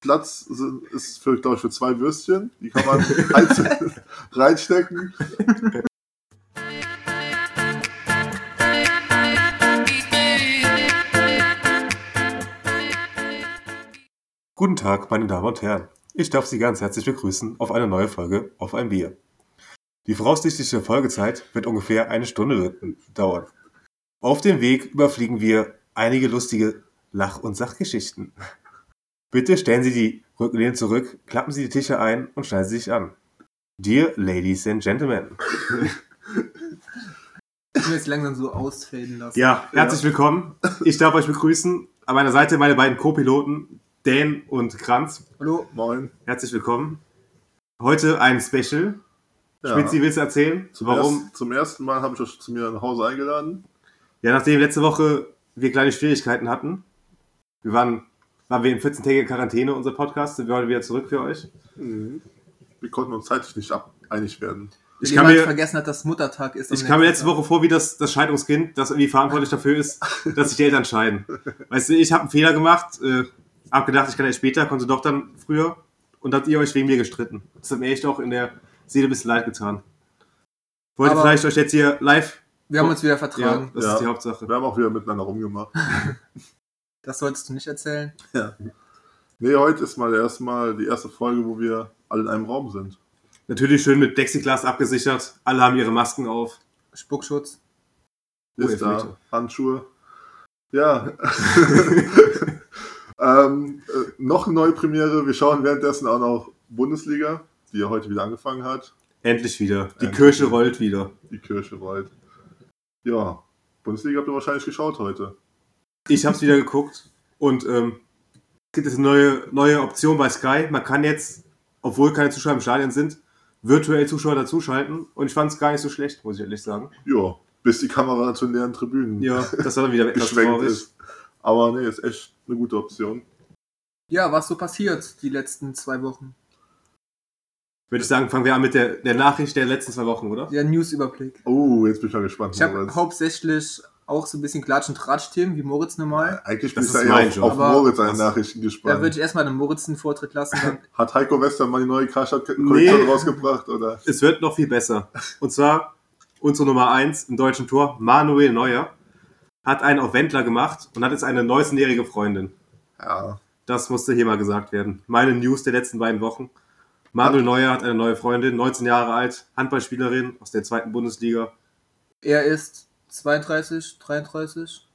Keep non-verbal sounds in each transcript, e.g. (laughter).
Platz sind, ist, für, glaube ich, für zwei Würstchen. Die kann (laughs) man einzeln reinstecken. Guten Tag, meine Damen und Herren. Ich darf Sie ganz herzlich begrüßen auf eine neue Folge auf ein Bier. Die voraussichtliche Folgezeit wird ungefähr eine Stunde dauern. Auf dem Weg überfliegen wir einige lustige Lach- und Sachgeschichten. Bitte stellen Sie die Rücklehnen zurück, klappen Sie die Tische ein und schneiden Sie sich an. Dear Ladies and Gentlemen. Ich will jetzt langsam so ausfaden lassen. Ja, herzlich willkommen. Ich darf euch begrüßen. An meiner Seite meine beiden Co-Piloten, Dan und Kranz. Hallo? Moin. Herzlich willkommen. Heute ein Special. Spitzi, willst du erzählen? Zum warum? Ersten, zum ersten Mal habe ich euch zu mir nach Hause eingeladen. Ja, nachdem letzte Woche wir kleine Schwierigkeiten hatten. Wir waren, waren wir in 14 Tagen Quarantäne, unser Podcast. Sind wir heute wieder zurück für euch. Wir konnten uns zeitlich nicht ab einig werden. Ich Wenn kann jemand mir, vergessen hat, dass Muttertag ist. am ich kam mir letzte nächsten Tag. Woche vor wie das, das Scheidungskind, das irgendwie verantwortlich (laughs) dafür ist, dass sich die Eltern scheiden. Weißt du, ich habe einen Fehler gemacht, äh, hab gedacht, ich kann erst später, konnte doch dann früher und habt ihr euch wegen mir gestritten. Das hat mir echt auch in der Seele ein bisschen leid getan. Wollte Aber- vielleicht euch jetzt hier live. Wir haben uns wieder vertragen. das Ja. ist die Hauptsache. Wir haben auch wieder miteinander rumgemacht. Das solltest du nicht erzählen. Nee, heute ist mal erstmal die erste Folge, wo wir alle in einem Raum sind. Natürlich schön mit Plexiglas abgesichert. Alle haben ihre Masken auf. Spuckschutz. Ist Elfmeter. da. Handschuhe. (laughs) Ja. ähm, äh, noch eine neue Premiere. Wir schauen währenddessen auch noch Bundesliga, die ja heute wieder angefangen hat. Endlich wieder. Die Endlich Kirche wieder. rollt wieder. Die Kirche rollt. Ja, Bundesliga habt ihr wahrscheinlich geschaut heute. Ich habe es wieder geguckt und ähm, es gibt jetzt eine neue, neue Option bei Sky. Man kann jetzt, obwohl keine Zuschauer im Stadion sind, virtuell Zuschauer dazuschalten und ich fand es gar nicht so schlecht, muss ich ehrlich sagen. Ja, bis die Kamera zu leeren Tribünen Ja, das war (laughs) dann wieder etwas geschwenkt traurig. ist. Aber nee, ist echt eine gute Option. Ja, was so passiert die letzten zwei Wochen? Würde ich sagen, fangen wir an mit der, der Nachricht der letzten zwei Wochen, oder? Der Newsüberblick. Oh, jetzt bin ich mal gespannt. Ich habe Moritz. hauptsächlich auch so ein bisschen Klatsch- und Tratsch-Themen, wie Moritz normal. Eigentlich bin Das ich ist da mein ja auf, Job. auf Aber- Moritz seine Das- Nachrichten Da würde gespannt. ich erstmal den Moritz den Vortritt lassen. (laughs) Dann Hat Heiko Westermann die neue Karstadt-Kollektion Nee. rausgebracht, oder? Es wird noch viel besser. Und zwar unsere Nummer 1 im deutschen Tor, Manuel Neuer, hat einen auf Wendler gemacht und hat jetzt eine 19-jährige Freundin. Ja, Das musste hier mal gesagt werden. Meine News der letzten beiden Wochen. Manuel Neuer hat eine neue Freundin, 19 Jahre alt, Handballspielerin aus der zweiten Bundesliga, er ist 32, 33.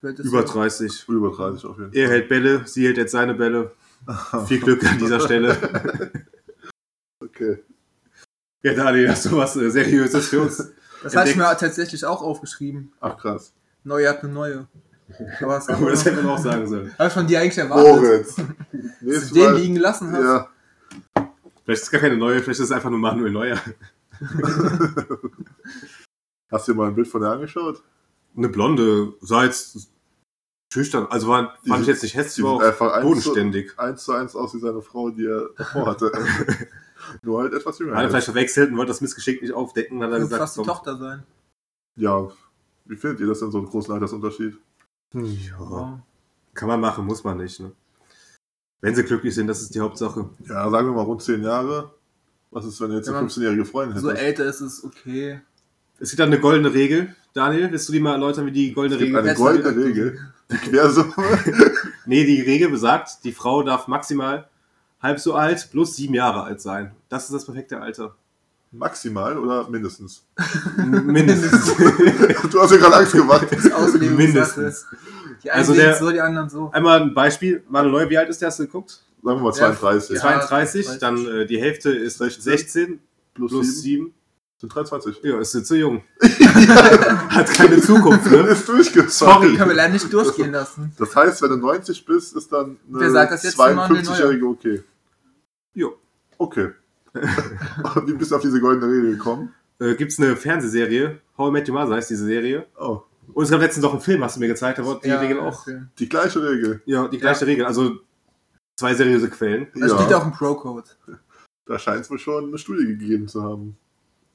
Vielleicht ist über er- 30. Über 30 auf jeden Fall. Er hält Bälle, sie hält jetzt seine Bälle. Viel Glück an dieser (laughs) Stelle. (laughs) Okay. Ja, Daniel, hast du was äh, Seriöses für uns? Das habe ich entdeckt. mir tatsächlich auch aufgeschrieben. Ach krass. Neue hat (laughs) eine neue. Aber das Aber Oh, das habe hätte man auch sagen sollen. ich von dir eigentlich erwartet. (laughs) Moritz. Dass Nächstes du den Mal. liegen gelassen hast. Ja. Vielleicht ist es gar keine neue, vielleicht ist es einfach nur Manuel Neuer. Hast du dir mal ein Bild von der angeschaut? Eine Blonde, sah jetzt schüchtern, also war, fand ich jetzt nicht hässlich, sieht aber einfach auch eins zu, bodenständig. eins zu eins aus wie seine Frau, die er davor hatte. Nur halt etwas jünger. Hat er ist. vielleicht verwechselt und wollte das Missgeschick nicht aufdecken, hat er Könnte gesagt, fast die komm. Tochter sein. Ja. Wie findet ihr das denn, so einen großen Altersunterschied? Ja. Wow. Kann man machen, muss man nicht. Ne? Wenn sie glücklich sind, das ist die Hauptsache. Ja, sagen wir mal rund 10 Jahre. Was ist, wenn du jetzt Wenn eine man 15-jährige Freundin So hättest? älter ist es okay. Es gibt da eine goldene Regel. Daniel, willst du die mal erläutern, wie die goldene es gibt Regel eine Regel- goldene Regel. Die Quersumme. (laughs) Nee, die Regel besagt, die Frau darf maximal halb so alt plus sieben Jahre alt sein. Das ist das perfekte Alter. Maximal oder mindestens? (laughs) Mindestens. Du hast mir gerade Angst gemacht. (laughs) Das ist Auslegungssache. Mindestens. Die einen Also also der- so, die anderen so. Einmal ein Beispiel. Manuel Neuer, wie alt ist der? Hast du geguckt? Sagen wir mal 32. Ja, 32. 32. Dann äh, die Hälfte ist 16. 16 plus, plus 7. 7. Sind 23. Ja, ist zu jung. Hat keine Zukunft, (laughs) Dann ne? ist durchgefallen. Können wir leider nicht durchgehen lassen. Das heißt, wenn du 90 bist, ist dann eine Wer sagt das jetzt zu Manuel 52-Jährige okay. Jo. Okay. (laughs) Und wie bist du auf diese goldene Regel gekommen? Äh, Gibt es eine Fernsehserie? How I Met Your Mother heißt diese Serie. Oh, Und es gab letztens noch einen Film, hast du mir gezeigt, da wurde (laughs) die Ja, Regel auch. okay. die gleiche Regel. Ja, die gleiche Regel. Also zwei seriöse Quellen. Da Also steht ja, auch ein Pro-Code. da scheint es wohl schon eine Studie gegeben zu haben.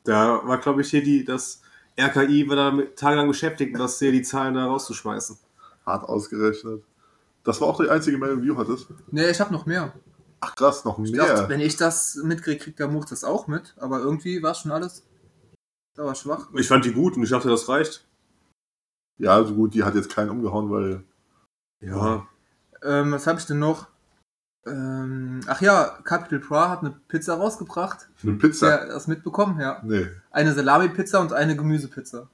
Da war, glaube ich, hier die, das RKI war da mit- tagelang beschäftigt, um das hier die Zahlen da rauszuschmeißen. Hart ausgerechnet. Das war auch die einzige Meldung, die du hattest. Nee, ich habe noch mehr. Ach krass, noch Ich mehr. dachte, wenn ich das mitkrieg, kriegt der Much das auch mit. Aber irgendwie war schon alles. Da war schwach. Ich fand die gut und ich dachte, das reicht. ja, also gut, die hat jetzt keinen umgehauen, weil. Ja. Ähm, was habe ich denn noch? Ähm, ach ja, Capital Bra hat eine Pizza rausgebracht. Eine Pizza. Ja, das mitbekommen, ja. Nee. Eine Salami-Pizza und eine Gemüsepizza.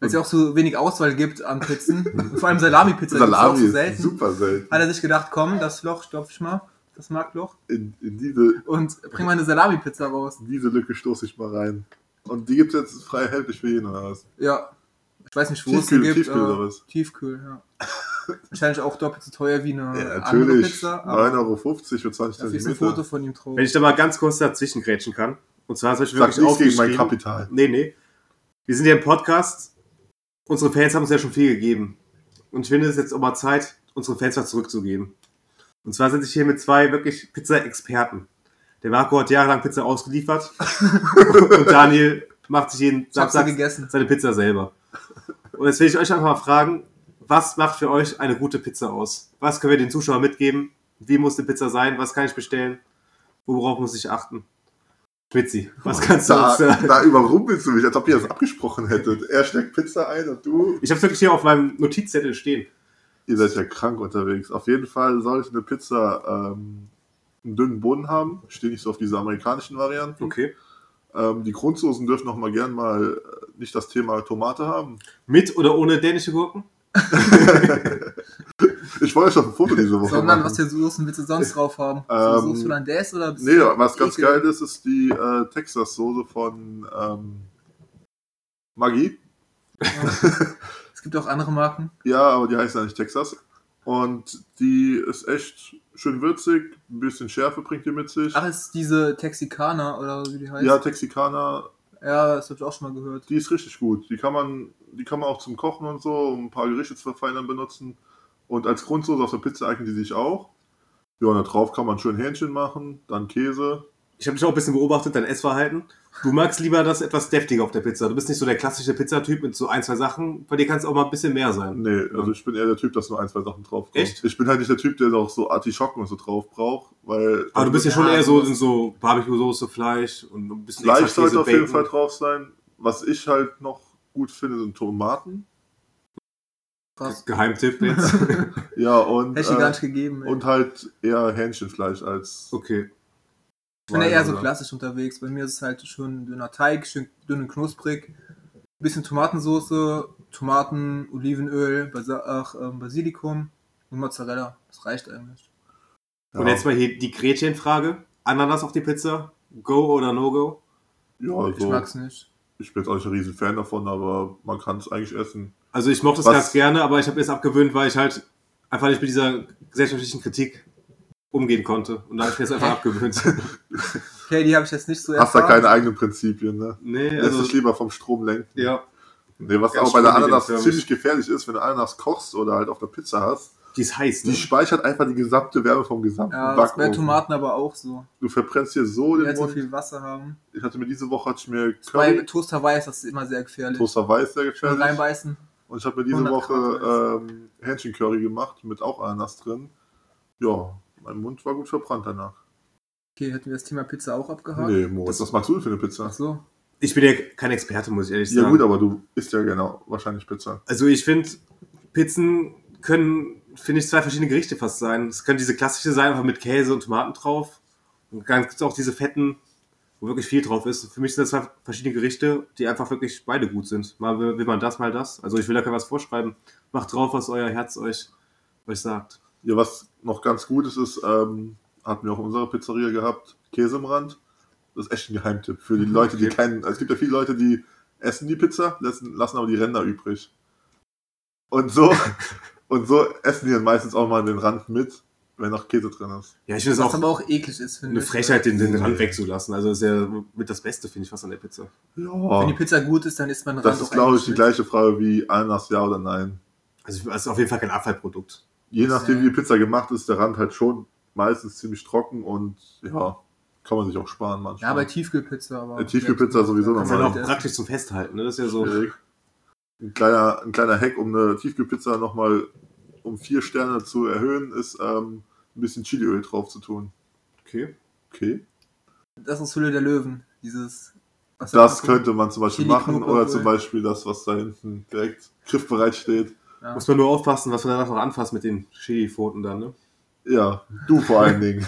Weil es ja auch so wenig Auswahl gibt (laughs) an Pizzen. Vor allem Salami-Pizza. die gibt's auch Salami so ist selten. super selten. Hat er sich gedacht, komm, das Loch stopfe ich mal. Das Marktloch. In, in diese, Und bring mal eine Salami-Pizza raus. diese Lücke stoße ich mal rein. Und die gibt es jetzt frei erhältlich für jeden oder was? Ja. Ich weiß nicht, wo es die Tiefkühl- gibt. Tiefkühl aber- oder was? Tiefkühl, (laughs) ja. Wahrscheinlich auch doppelt so teuer wie eine Ja, Äh, andere Äh, natürlich. Pizza. Aber 9,50 Euro für 20 dafür ist ein Foto Zentimeter. von ihm drauf. Wenn ich da mal ganz kurz dazwischen grätschen kann. Und zwar habe ich Sag wirklich nichts gegen mein aufgeschrieben. Kapital. Nee, nee. Wir sind ja im Podcast. Unsere Fans haben uns ja schon viel gegeben. Und ich finde es ist jetzt auch mal Zeit, unseren Fans was zurückzugeben. Und zwar sitze ich hier mit zwei wirklich Pizza-Experten. Der Marco hat jahrelang Pizza (laughs) ausgeliefert. und Daniel macht sich jeden Ich hab sie Samstag gegessen. seine Pizza selber. Und jetzt will ich euch einfach mal fragen, was macht für euch eine gute Pizza aus? Was können wir den Zuschauern mitgeben? Wie muss eine Pizza sein? Was kann ich bestellen? Worauf muss ich achten? Schmitzi, was kannst du Da, uns sagen? da überrumpelst du mich, als ob ihr das abgesprochen hättet. Er steckt Pizza ein und du. Ich habe wirklich hier auf meinem Notizzettel stehen. Ihr seid ja krank unterwegs. Auf jeden Fall sollte eine Pizza ähm, einen dünnen Boden haben. Ich stehe nicht so auf diese amerikanischen Varianten. Okay. Ähm, die Grundsoßen dürfen noch mal gern mal äh, nicht das Thema Tomate haben. Mit oder ohne dänische Gurken? Ich wollte schon ein Foto diese Woche Sondern was machen. für Soßen willst du sonst drauf haben? Ähm, Soße Hollandaise oder bist Nee, du was ganz Ekel? geil ist, ist die äh, Texas-Soße von ähm, Maggi. (laughs) Ja. es gibt auch andere Marken. Ja, aber die heißt ja nicht Texas. Und die ist echt schön würzig, ein bisschen Schärfe bringt die mit sich. Ach, ist diese Texikaner oder wie die heißt? ja, Texikaner, ja das habe ich auch schon mal gehört. die ist richtig gut. Die kann man, die kann man auch zum Kochen und so, um ein paar Gerichte zu verfeinern benutzen. Und als Grundsoße auf der Pizza eignet die sich auch. Ja, und da drauf kann man schön Hähnchen machen, dann Käse. Ich habe dich auch ein bisschen beobachtet, dein Essverhalten. Du magst lieber das etwas deftiger auf der Pizza. Du bist nicht so der klassische Pizzatyp mit so ein, zwei Sachen. Bei dir kann es auch mal ein bisschen mehr sein. Nee, also ich bin eher der Typ, dass nur ein, zwei Sachen drauf kommen. Echt? Ich bin halt nicht der Typ, der noch so Artischocken und so drauf braucht, weil. Aber Ah, du bist ja schon Ja, eher so du in so Barbecue-Soße, Fleisch und ein bisschen Fleisch extra Käse, sollte auf jeden Bacon. Fall drauf sein. Was ich halt noch gut finde, sind Tomaten. Krass. (laughs) Geheimtipp jetzt. Ja, und. Hätte ich dir gar Äh, nicht gegeben. Ey. und halt eher Hähnchenfleisch als. Okay. ich bin ja eher so oder? klassisch unterwegs. Bei mir ist es halt schön dünner Teig, schön dünn und knusprig. bisschen Tomatensoße, Tomaten, Olivenöl, Basa ach, ähm, Basilikum und Mozzarella. Das reicht eigentlich. Ja. Und jetzt mal hier die Gretchenfrage. Ananas auf die Pizza? Go oder no go? Ja, Ich also, mag's nicht. ich bin jetzt auch nicht ein riesen Fan davon, aber man kann es eigentlich essen. Also ich mochte es Was- ganz gerne, aber ich habe mir es abgewöhnt, weil ich halt einfach nicht mit dieser gesellschaftlichen Kritik umgehen konnte. Und da habe ich mir es einfach abgewöhnt. (laughs) Okay, die habe ich jetzt nicht so Hast da erfahren. keine eigenen Prinzipien, ne? Nee, Lässt also dich lieber vom Strom lenken. ja. Nee, was Ja, auch bei der Ananas stromlinienförmig. ziemlich gefährlich ist, wenn du Ananas kochst oder halt auf der Pizza hast, Die ist heiß, die ne? speichert einfach die gesamte Wärme vom gesamten Ja, das bei Backofen. Tomaten aber auch so. Du verbrennst dir so Die den halt so Mund. viel Wasser haben. Ich hatte mir diese Woche hatte ich mir Bei Curry, Toast Hawaii ist das immer sehr gefährlich. Toaster Weiß sehr Schön gefährlich. reinbeißen. Und ich habe mir diese 100 Woche Grad ähm, Hähnchencurry gemacht mit auch Ananas drin. Ja, mein Mund war gut verbrannt danach. Okay, hätten wir das Thema Pizza auch abgehakt? Nee, Moritz, was magst du denn für eine Ach Pizza? so. Ich bin ja kein Experte, muss ich ehrlich Ja sagen. gut, aber du isst ja genau wahrscheinlich Pizza. Also ich finde, Pizzen können, finde ich, zwei verschiedene Gerichte fast sein. Es können diese klassische sein, einfach mit Käse und Tomaten drauf. Und dann gibt es auch diese fetten, wo wirklich viel drauf ist. Für mich sind das zwei verschiedene Gerichte, die einfach wirklich beide gut sind. Mal will will man das, mal das. Also ich will da kein was vorschreiben. Macht drauf, was euer Herz euch, euch sagt. Ja, was noch ganz gut ist, ist, ähm, hatten wir auch in unserer Pizzeria gehabt, Käse im Rand. Das ist echt ein Geheimtipp für die Leute, die keinen. Also es gibt ja viele Leute, die essen die Pizza, lassen, lassen aber die Ränder übrig. Und so, und so essen die dann meistens auch mal den Rand mit, wenn noch Käse drin ist. Ja, ich finde Was es auch aber auch eklig ist, finde eine ich. Frechheit, den, den Rand Nee. wegzulassen. Also das ist ja mit das Beste, finde ich, was an der Pizza. Ja. Wenn die Pizza gut ist, dann isst man Das Rand ist, auch glaube ich, eigentlich die mit. gleiche Frage wie Ananas, ja oder nein. Also es ist auf jeden Fall kein Abfallprodukt. Je nachdem, Ja. wie die Pizza gemacht ist, der Rand halt schon meistens ziemlich trocken und ja, kann man sich auch sparen manchmal. Ja, bei Tiefkühlpizza aber. Äh, Tiefkühlpizza sowieso Das Kannst ist nochmal. ja du auch halt praktisch zum Äh, Festhalten. Ne? Das ist ja so. Schwierig. Ein kleiner, ein kleiner Hack, um eine Tiefkühlpizza nochmal um vier Sterne zu erhöhen, ist ähm, ein bisschen Chiliöl drauf zu tun. Okay. Okay. Das ist Hülle der Löwen. Dieses. was Das sagt man? könnte man zum Beispiel Chili machen Knoblauchöl. oder zum Beispiel das, was da hinten direkt griffbereit steht. Ja. Muss man nur aufpassen, was man danach noch anfasst mit den Chili-Pfoten dann, ne? Ja, du vor (laughs) allen Dingen.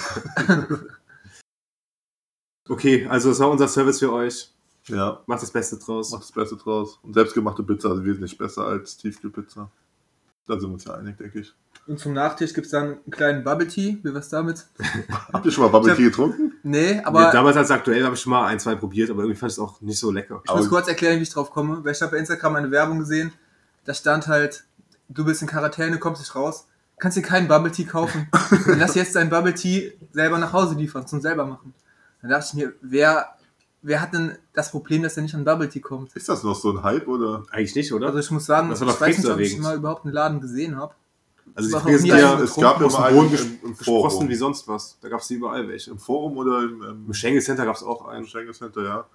Okay, also das war unser Service für euch. Ja, Macht das Beste draus. mach das Beste draus. Und selbstgemachte Pizza ist wesentlich besser als Tiefkühlpizza. Da sind wir uns ja einig, denke ich. Und zum Nachtisch gibt es dann einen kleinen Bubble Tea. Wie wär's damit? Habt ihr schon mal Bubble Ich hab- Tea getrunken? Nee, Ja, aber damals als aktuell habe ich schon mal ein, zwei probiert, aber irgendwie fand ich es auch nicht so lecker. Ich muss kurz erklären, wie ich drauf komme, weil ich habe bei Instagram eine Werbung gesehen, da stand halt, du bist in Quarantäne, kommst nicht raus, kannst dir keinen Bubble Tea kaufen. (laughs) Dann lass jetzt deinen Bubble Tea selber nach Hause liefern, zum selber machen. Dann dachte ich mir, wer, wer hat denn das Problem, dass er nicht an Bubble Tea kommt? Ist das noch so ein Hype oder? Eigentlich nicht, oder? Also ich muss sagen, Das ich war doch weiß nicht, ob ich krebserregend. mal überhaupt einen Laden gesehen habe. Also Das die war noch Fräsen nie sind ja einer es gab getrunken, aus immer dem Boden einen ges im, im gesprossen Forum. wie sonst was. Da gab es sie überall welche. Im Forum oder im, Im im Schengen Center gab es auch Ein einen. Schengen Center, ja.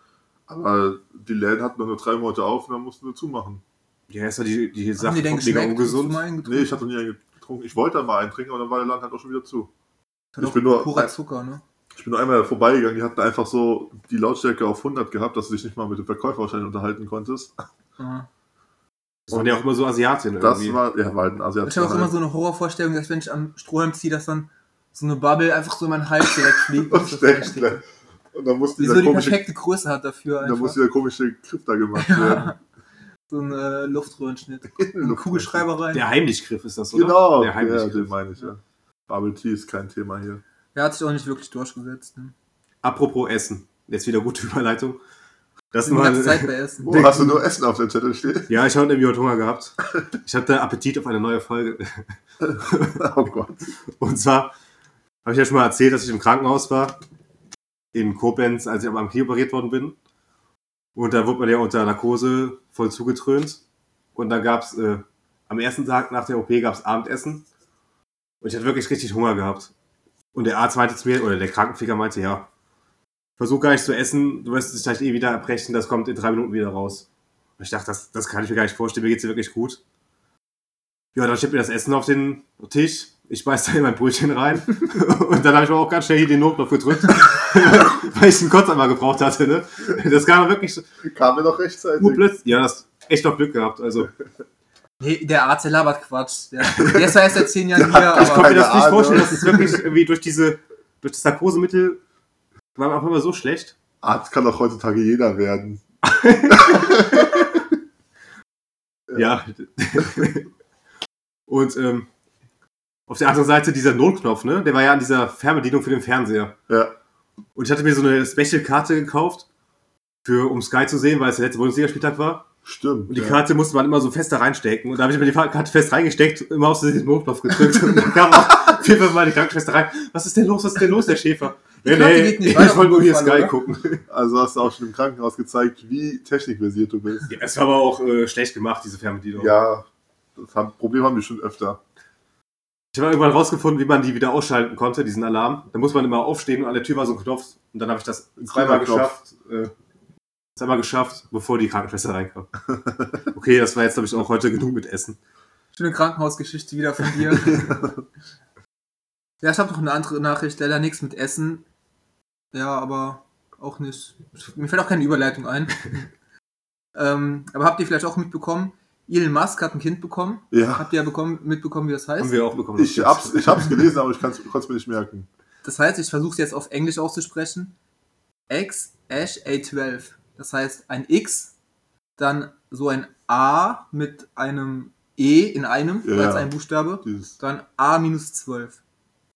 Aber die Läden hatten nur drei Monate auf und dann mussten wir zumachen. Ja, ist ja die, die Haben Sache die denn kommt mega geschmeckt? Hast du ungesund. mal einen Nee, getrunken? ich hatte nie einen getrunken. Ich wollte mal einen trinken, aber dann war der Laden halt auch schon wieder zu. Hat ich auch bin nur- purer Zucker, ne? Ich bin nur einmal vorbeigegangen, die hatten einfach so die Lautstärke auf 100 gehabt, dass du dich nicht mal mit dem Verkäufer wahrscheinlich unterhalten konntest. Ja. Das waren ja auch immer so Asiaten Das irgendwie. war, ja, war halt ein Asiatischer. Ich habe auch immer so eine Horrorvorstellung, dass wenn ich am Strohhalm ziehe, dass dann so eine Bubble einfach so in meinen Hals direkt (laughs) fliegt. und das steckt. reinsteckt. ne? Und dann musste Wieso dieser die komische, perfekte Größe hat dafür dann einfach. musste dieser komische Griff da gemacht werden. So ein äh, Luftröhrenschnitt. (laughs) Ein Kugelschreiber ne? rein. der Heimlichgriff ist das, oder? Genau, Der ja, den Heimlichgriff. meine ich, ja. Bubble Tea ist kein Thema hier. Der hat sich auch nicht wirklich durchgesetzt. Ne? Apropos Essen. Jetzt wieder gute (laughs) Überleitung. Das Die ganze mal, Zeit bei Essen. Oh, hast du nur Essen auf dem Zettel stehen? (laughs) ja, ich habe irgendwie heute Hunger gehabt. Ich habe da Appetit auf eine neue Folge. Oh Gott. Und zwar habe ich ja schon mal erzählt, dass ich im Krankenhaus war, in Koblenz, als ich am Knie operiert worden bin. Und da wurde man ja unter Narkose voll zugetrönt. Und dann gab es, äh, am ersten Tag nach der OP gab es Abendessen. Und ich hatte wirklich richtig Hunger gehabt. Und der Arzt meinte zu mir, oder der Krankenpfleger meinte, ja, versuch gar nicht zu essen, du wirst dich gleich eh wieder erbrechen, das kommt in drei Minuten wieder raus. Und ich dachte, das, das kann ich mir gar nicht vorstellen, mir geht's hier wirklich gut. Ja, dann schiebt mir das Essen auf den Tisch. Ich beiß da in mein Brötchen rein. (laughs) Und dann habe ich aber auch ganz schnell hier den Notknopf gedrückt, (laughs) weil ich einen Kotz einmal gebraucht hatte. Ne? Das kam wirklich Kam mir noch rechtzeitig. urplötzlich. Ja, das echt noch Glück gehabt. Also, Nee, der Arzt, der labert Quatsch. Der, der ist ja erst seit zehn Jahren hier, ich konnte aber Keine mir das halt- nicht Ahnung. vorstellen, dass es wirklich irgendwie durch diese, durch das Narkosemittel war mir einfach immer so schlecht. Arzt Ah, kann doch heutzutage jeder werden. Ja. (laughs) Und ähm, auf der anderen Seite dieser Notknopf, ne? Der war ja an dieser Fernbedienung für den Fernseher. Ja. Und ich hatte mir so eine Special-Karte gekauft, für, um Sky zu sehen, weil es der letzte Bundesligaspieltag war. Stimmt. Und die ja. Karte musste man immer so fest da reinstecken. Und da habe ich mir die Karte fest reingesteckt, immer auf den Notknopf gedrückt. Und dann kam auch vier, fünf Mal die Krankenschwester rein. Was ist denn los? Was ist denn los, der Schäfer? Nee, Karte nee, geht nicht ich weiter wollte nur hier vom Sky Unfall, oder? gucken. Also hast du auch schon im Krankenhaus gezeigt, wie technikversiert du bist. Ja, es war aber auch äh, schlecht gemacht, diese Fernbedienung. Genau. Ja, das haben, Problem haben wir schon öfter. Ich habe irgendwann rausgefunden, wie man die wieder ausschalten konnte, diesen Alarm. Da muss man immer aufstehen und an der Tür war so ein Knopf. Und dann habe ich das Ein grüner zweimal geschafft. Äh, zweimal geschafft, bevor die Krankenschwester reinkam. Okay, das war jetzt, glaube ich, auch heute genug mit Essen. schöne Krankenhausgeschichte wieder von dir. ja, ich habe noch eine andere Nachricht, leider nichts mit Essen. Ja, aber auch nicht. Mir fällt auch keine Überleitung ein. ähm, aber habt ihr vielleicht auch mitbekommen, Elon Musk hat ein Kind bekommen. Ja, Habt ihr ja bekommen, mitbekommen, wie das heißt? Haben wir auch bekommen. ich hab's, ich hab's gelesen, aber ich kann's- konnte es mir nicht merken. Das heißt, ich versuche es jetzt auf Englisch auszusprechen. X Ash A12. Das heißt ein X, dann so ein A mit einem E in einem, Ja. als ein Buchstabe, Dieses, dann A minus 12.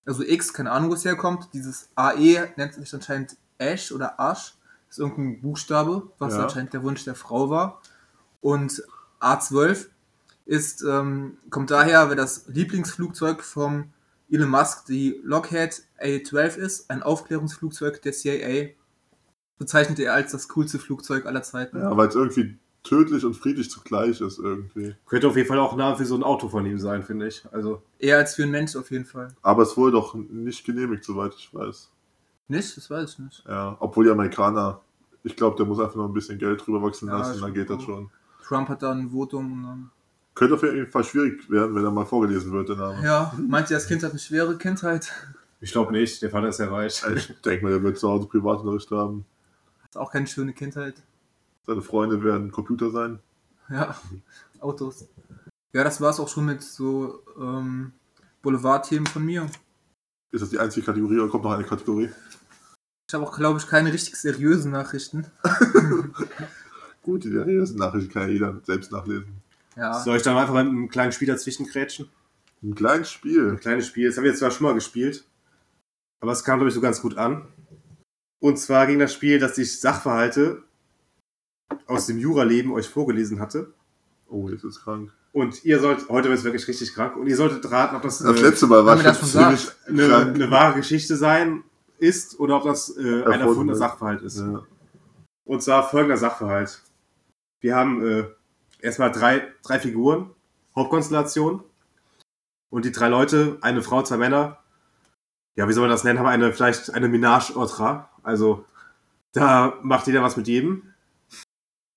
Also X, keine Ahnung, wo es herkommt. Dieses AE nennt sich anscheinend Ash oder Ash. Ist irgendein Buchstabe, was Ja. anscheinend der Wunsch der Frau war. Und A12 ist, ähm, kommt daher, weil das Lieblingsflugzeug vom Elon Musk die Lockheed A12 ist, ein Aufklärungsflugzeug der CIA. Bezeichnet er als das coolste Flugzeug aller Zeiten. ja, weil es irgendwie tödlich und friedlich zugleich ist irgendwie. Könnte auf jeden Fall auch ein Name für so ein Auto von ihm sein, finde ich. Also, Eher als für einen Mensch auf jeden Fall. Aber es wurde doch nicht genehmigt, soweit ich weiß. Nicht? Das weiß ich nicht. Ja, obwohl die Amerikaner, ich glaube, der muss einfach nur ein bisschen Geld drüber wachsen Ja, lassen, ist dann geht das gut. schon. Trump hat da ein Votum und dann Könnte auf jeden Fall schwierig werden, wenn er mal vorgelesen wird, der Name. Ja, meint ihr, das Kind hat eine schwere Kindheit? Ich glaube nicht, der Vater ist sehr reich. Ich denke mal, der wird zu Hause Privatunterricht haben. Hat auch keine schöne Kindheit. Seine Freunde werden Computer sein. Ja, Autos. Ja, das war es auch schon mit so ähm, Boulevardthemen von mir. Ist das die einzige Kategorie oder kommt noch eine Kategorie? Ich habe auch, glaube ich, keine richtig seriösen Nachrichten. Gut, die seriösen Nachrichten kann ja jeder selbst nachlesen. Ja, Soll ich dann einfach mal mit einem kleinen Spiel dazwischen krätschen? Ein kleines Spiel. Ein kleines Spiel, das haben wir jetzt zwar schon mal gespielt, aber es kam, glaube ich, so ganz gut an. Und zwar ging das Spiel, dass ich Sachverhalte aus dem Juraleben euch vorgelesen hatte. Oh, jetzt ist krank. Und ihr sollt, heute wird es wirklich richtig krank, und ihr solltet raten, ob das, Das äh, letzte Mal war haben wir schon das schon ziemlich eine, krank. eine wahre Geschichte sein ist oder ob das äh, ein erfundener Erfundener. Sachverhalt ist. Ja. Und zwar folgender Sachverhalt. Wir haben äh, erstmal drei, drei Figuren, Hauptkonstellation. Und die drei Leute, eine Frau, zwei Männer. Ja, wie soll man das nennen? Haben eine, vielleicht eine Ménage Otra. Also, da macht jeder was mit jedem.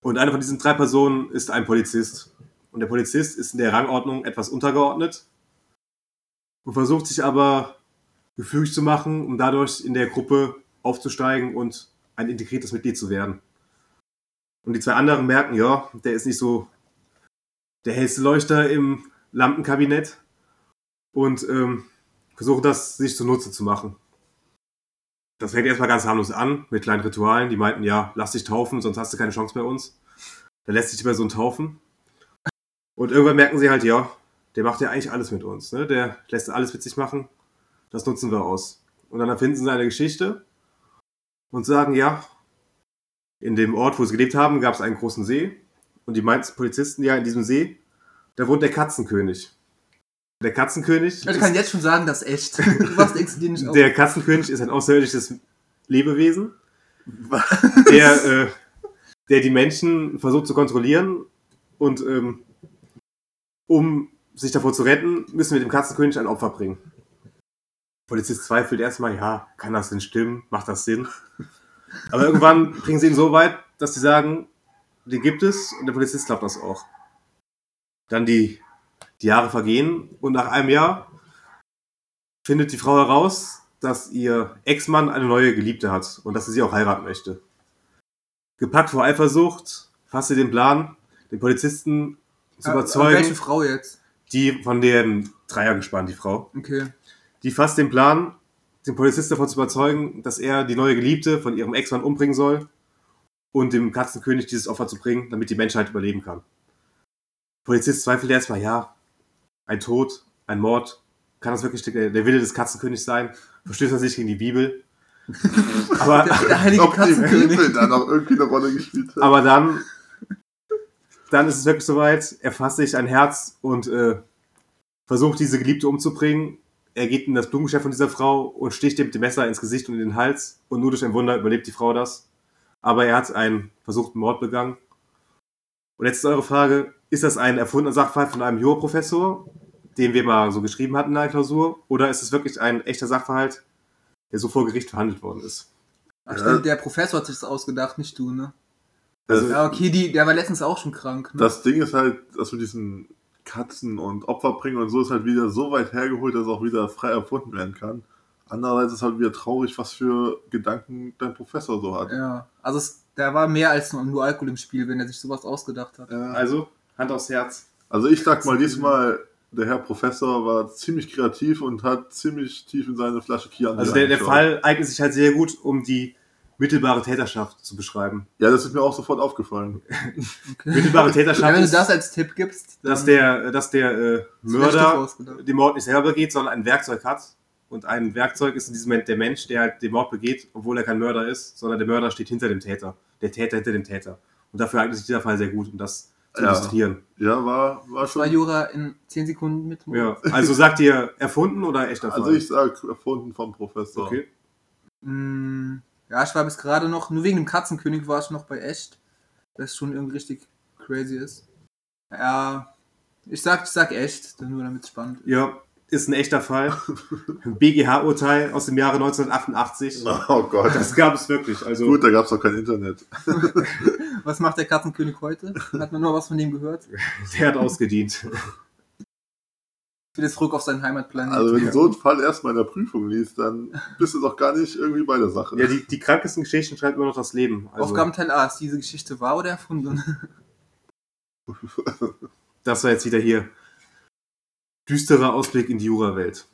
Und eine von diesen drei Personen ist ein Polizist. Und der Polizist ist in der Rangordnung etwas untergeordnet. Und versucht sich aber gefügig zu machen, um dadurch in der Gruppe aufzusteigen und ein integriertes Mitglied zu werden. Und die zwei anderen merken, ja, der ist nicht so der hellste Leuchter im Lampenkabinett und ähm, versuchen das sich zunutze zu machen. Das fängt erstmal ganz harmlos an mit kleinen Ritualen. Die meinten, ja, lass dich taufen, sonst hast du keine Chance bei uns. Dann lässt sich die Person taufen. Und irgendwann merken sie halt, ja, der macht ja eigentlich alles mit uns. Ne? Der lässt alles mit sich machen. Das nutzen wir aus. Und dann erfinden sie eine Geschichte und sagen, ja, in dem Ort, wo sie gelebt haben, gab es einen großen See. Und die meinten Polizisten, ja, in diesem See, da wohnt der Katzenkönig. Der Katzenkönig, ich kann jetzt schon sagen, das ist echt. Du warst extra nicht auf. der Katzenkönig ist ein außerirdisches Lebewesen, der, äh, der die Menschen versucht zu kontrollieren. Und ähm, um sich davor zu retten, müssen wir dem Katzenkönig ein Opfer bringen. Polizist zweifelt erstmal, ja, kann das denn stimmen? Macht das Sinn? Aber irgendwann bringen sie ihn so weit, dass sie sagen, den gibt es und der Polizist glaubt das auch. Dann die, die Jahre vergehen und nach einem Jahr findet die Frau heraus, dass ihr Ex-Mann eine neue Geliebte hat und dass sie sie auch heiraten möchte. Gepackt vor Eifersucht fasst sie den Plan, den Polizisten zu Aber- aber Äh, Welche überzeugen, Frau jetzt? die von dem Dreier gespannt, die Frau Okay. die fasst den Plan, den Polizisten davon zu überzeugen, dass er die neue Geliebte von ihrem Ex-Mann umbringen soll und dem Katzenkönig dieses Opfer zu bringen, damit die Menschheit überleben kann. Polizist zweifelt erstmal, ja, ein Tod, ein Mord, kann das wirklich der, der Wille des Katzenkönigs sein? Verstößt er sich gegen die Bibel? Aber Der, der heilige Ob die Bibel Katzenkönig. da noch irgendwie eine Rolle gespielt hat. aber dann, dann ist es wirklich soweit. Er fasst sich ein Herz und äh, versucht, diese Geliebte umzubringen. Er geht in das Blumengeschäft von dieser Frau und sticht ihr mit dem Messer ins Gesicht und in den Hals. Und nur durch ein Wunder überlebt die Frau das. Aber er hat einen versuchten Mord begangen. Und jetzt ist eure Frage: Ist das ein erfundener Sachverhalt von einem Juraprofessor, den wir mal so geschrieben hatten in der Klausur? Oder ist es wirklich ein echter Sachverhalt, der so vor Gericht verhandelt worden ist? Ach, stimmt, der Professor hat sich das ausgedacht, nicht du, ne? Also, Ja, okay, die, der war letztens auch schon krank. Ne? Das Ding ist halt, dass wir diesen Katzen und Opfer bringen und so ist halt wieder so weit hergeholt, dass auch wieder frei erfunden werden kann. Andererseits ist halt wieder traurig, was für Gedanken dein Professor so hat. ja. Also es, da war mehr als nur- nur Alkohol im Spiel, wenn er sich sowas ausgedacht hat. Also, Hand aufs Herz. Also ich sag mal, diesmal der Herr Professor war ziemlich kreativ und hat ziemlich tief in seine Flasche Kian Also der, der reingeschaut. Fall eignet sich halt sehr gut, um die mittelbare Täterschaft zu beschreiben. Ja, das ist mir auch sofort aufgefallen. Okay. Mittelbare (laughs) Ja, Täterschaft wenn du ist, das als Tipp gibst, dann dass der, dass der äh, ist der Stoff Mörder ausgedacht. den Mord nicht selber begeht, sondern ein Werkzeug hat. Und ein Werkzeug ist in diesem Moment der Mensch, der halt den Mord begeht, obwohl er kein Mörder ist, sondern der Mörder steht hinter dem Täter. Der Täter hinter dem Täter. Und dafür eignet sich dieser Fall sehr gut, um das zu Ja. illustrieren. Ja, war, war Zwei schon. Jura in 10 Sekunden mit. Ja. Also sagt ihr erfunden oder echter Fall? Also ich sag erfunden vom Professor. okay. Mm, ja, ich war bis gerade noch, nur wegen dem Katzenkönig war ich noch bei echt. Das schon irgendwie richtig crazy ist. Ja, ich sag, ich sag echt, nur damit es spannend ist. Ja, ist ein echter (laughs) Fall. Ein BGH-Urteil aus dem Jahre 1988. (laughs) Oh Gott. Das gab es wirklich. Also Gut, da gab es doch kein Internet. Was macht der Katzenkönig heute? Hat man nur was von dem gehört? der hat ausgedient. Will es zurück auf seinen Heimatplaneten. Also wenn du so einen Fall erstmal in der Prüfung liest, dann bist du doch gar nicht irgendwie bei der Sache. Ja, die, die krankesten Geschichten schreibt immer noch das Leben. Also, Aufgabenteil A, ist diese Geschichte wahr oder erfunden? das war jetzt wieder hier. Düsterer Ausblick in die Jura-Welt.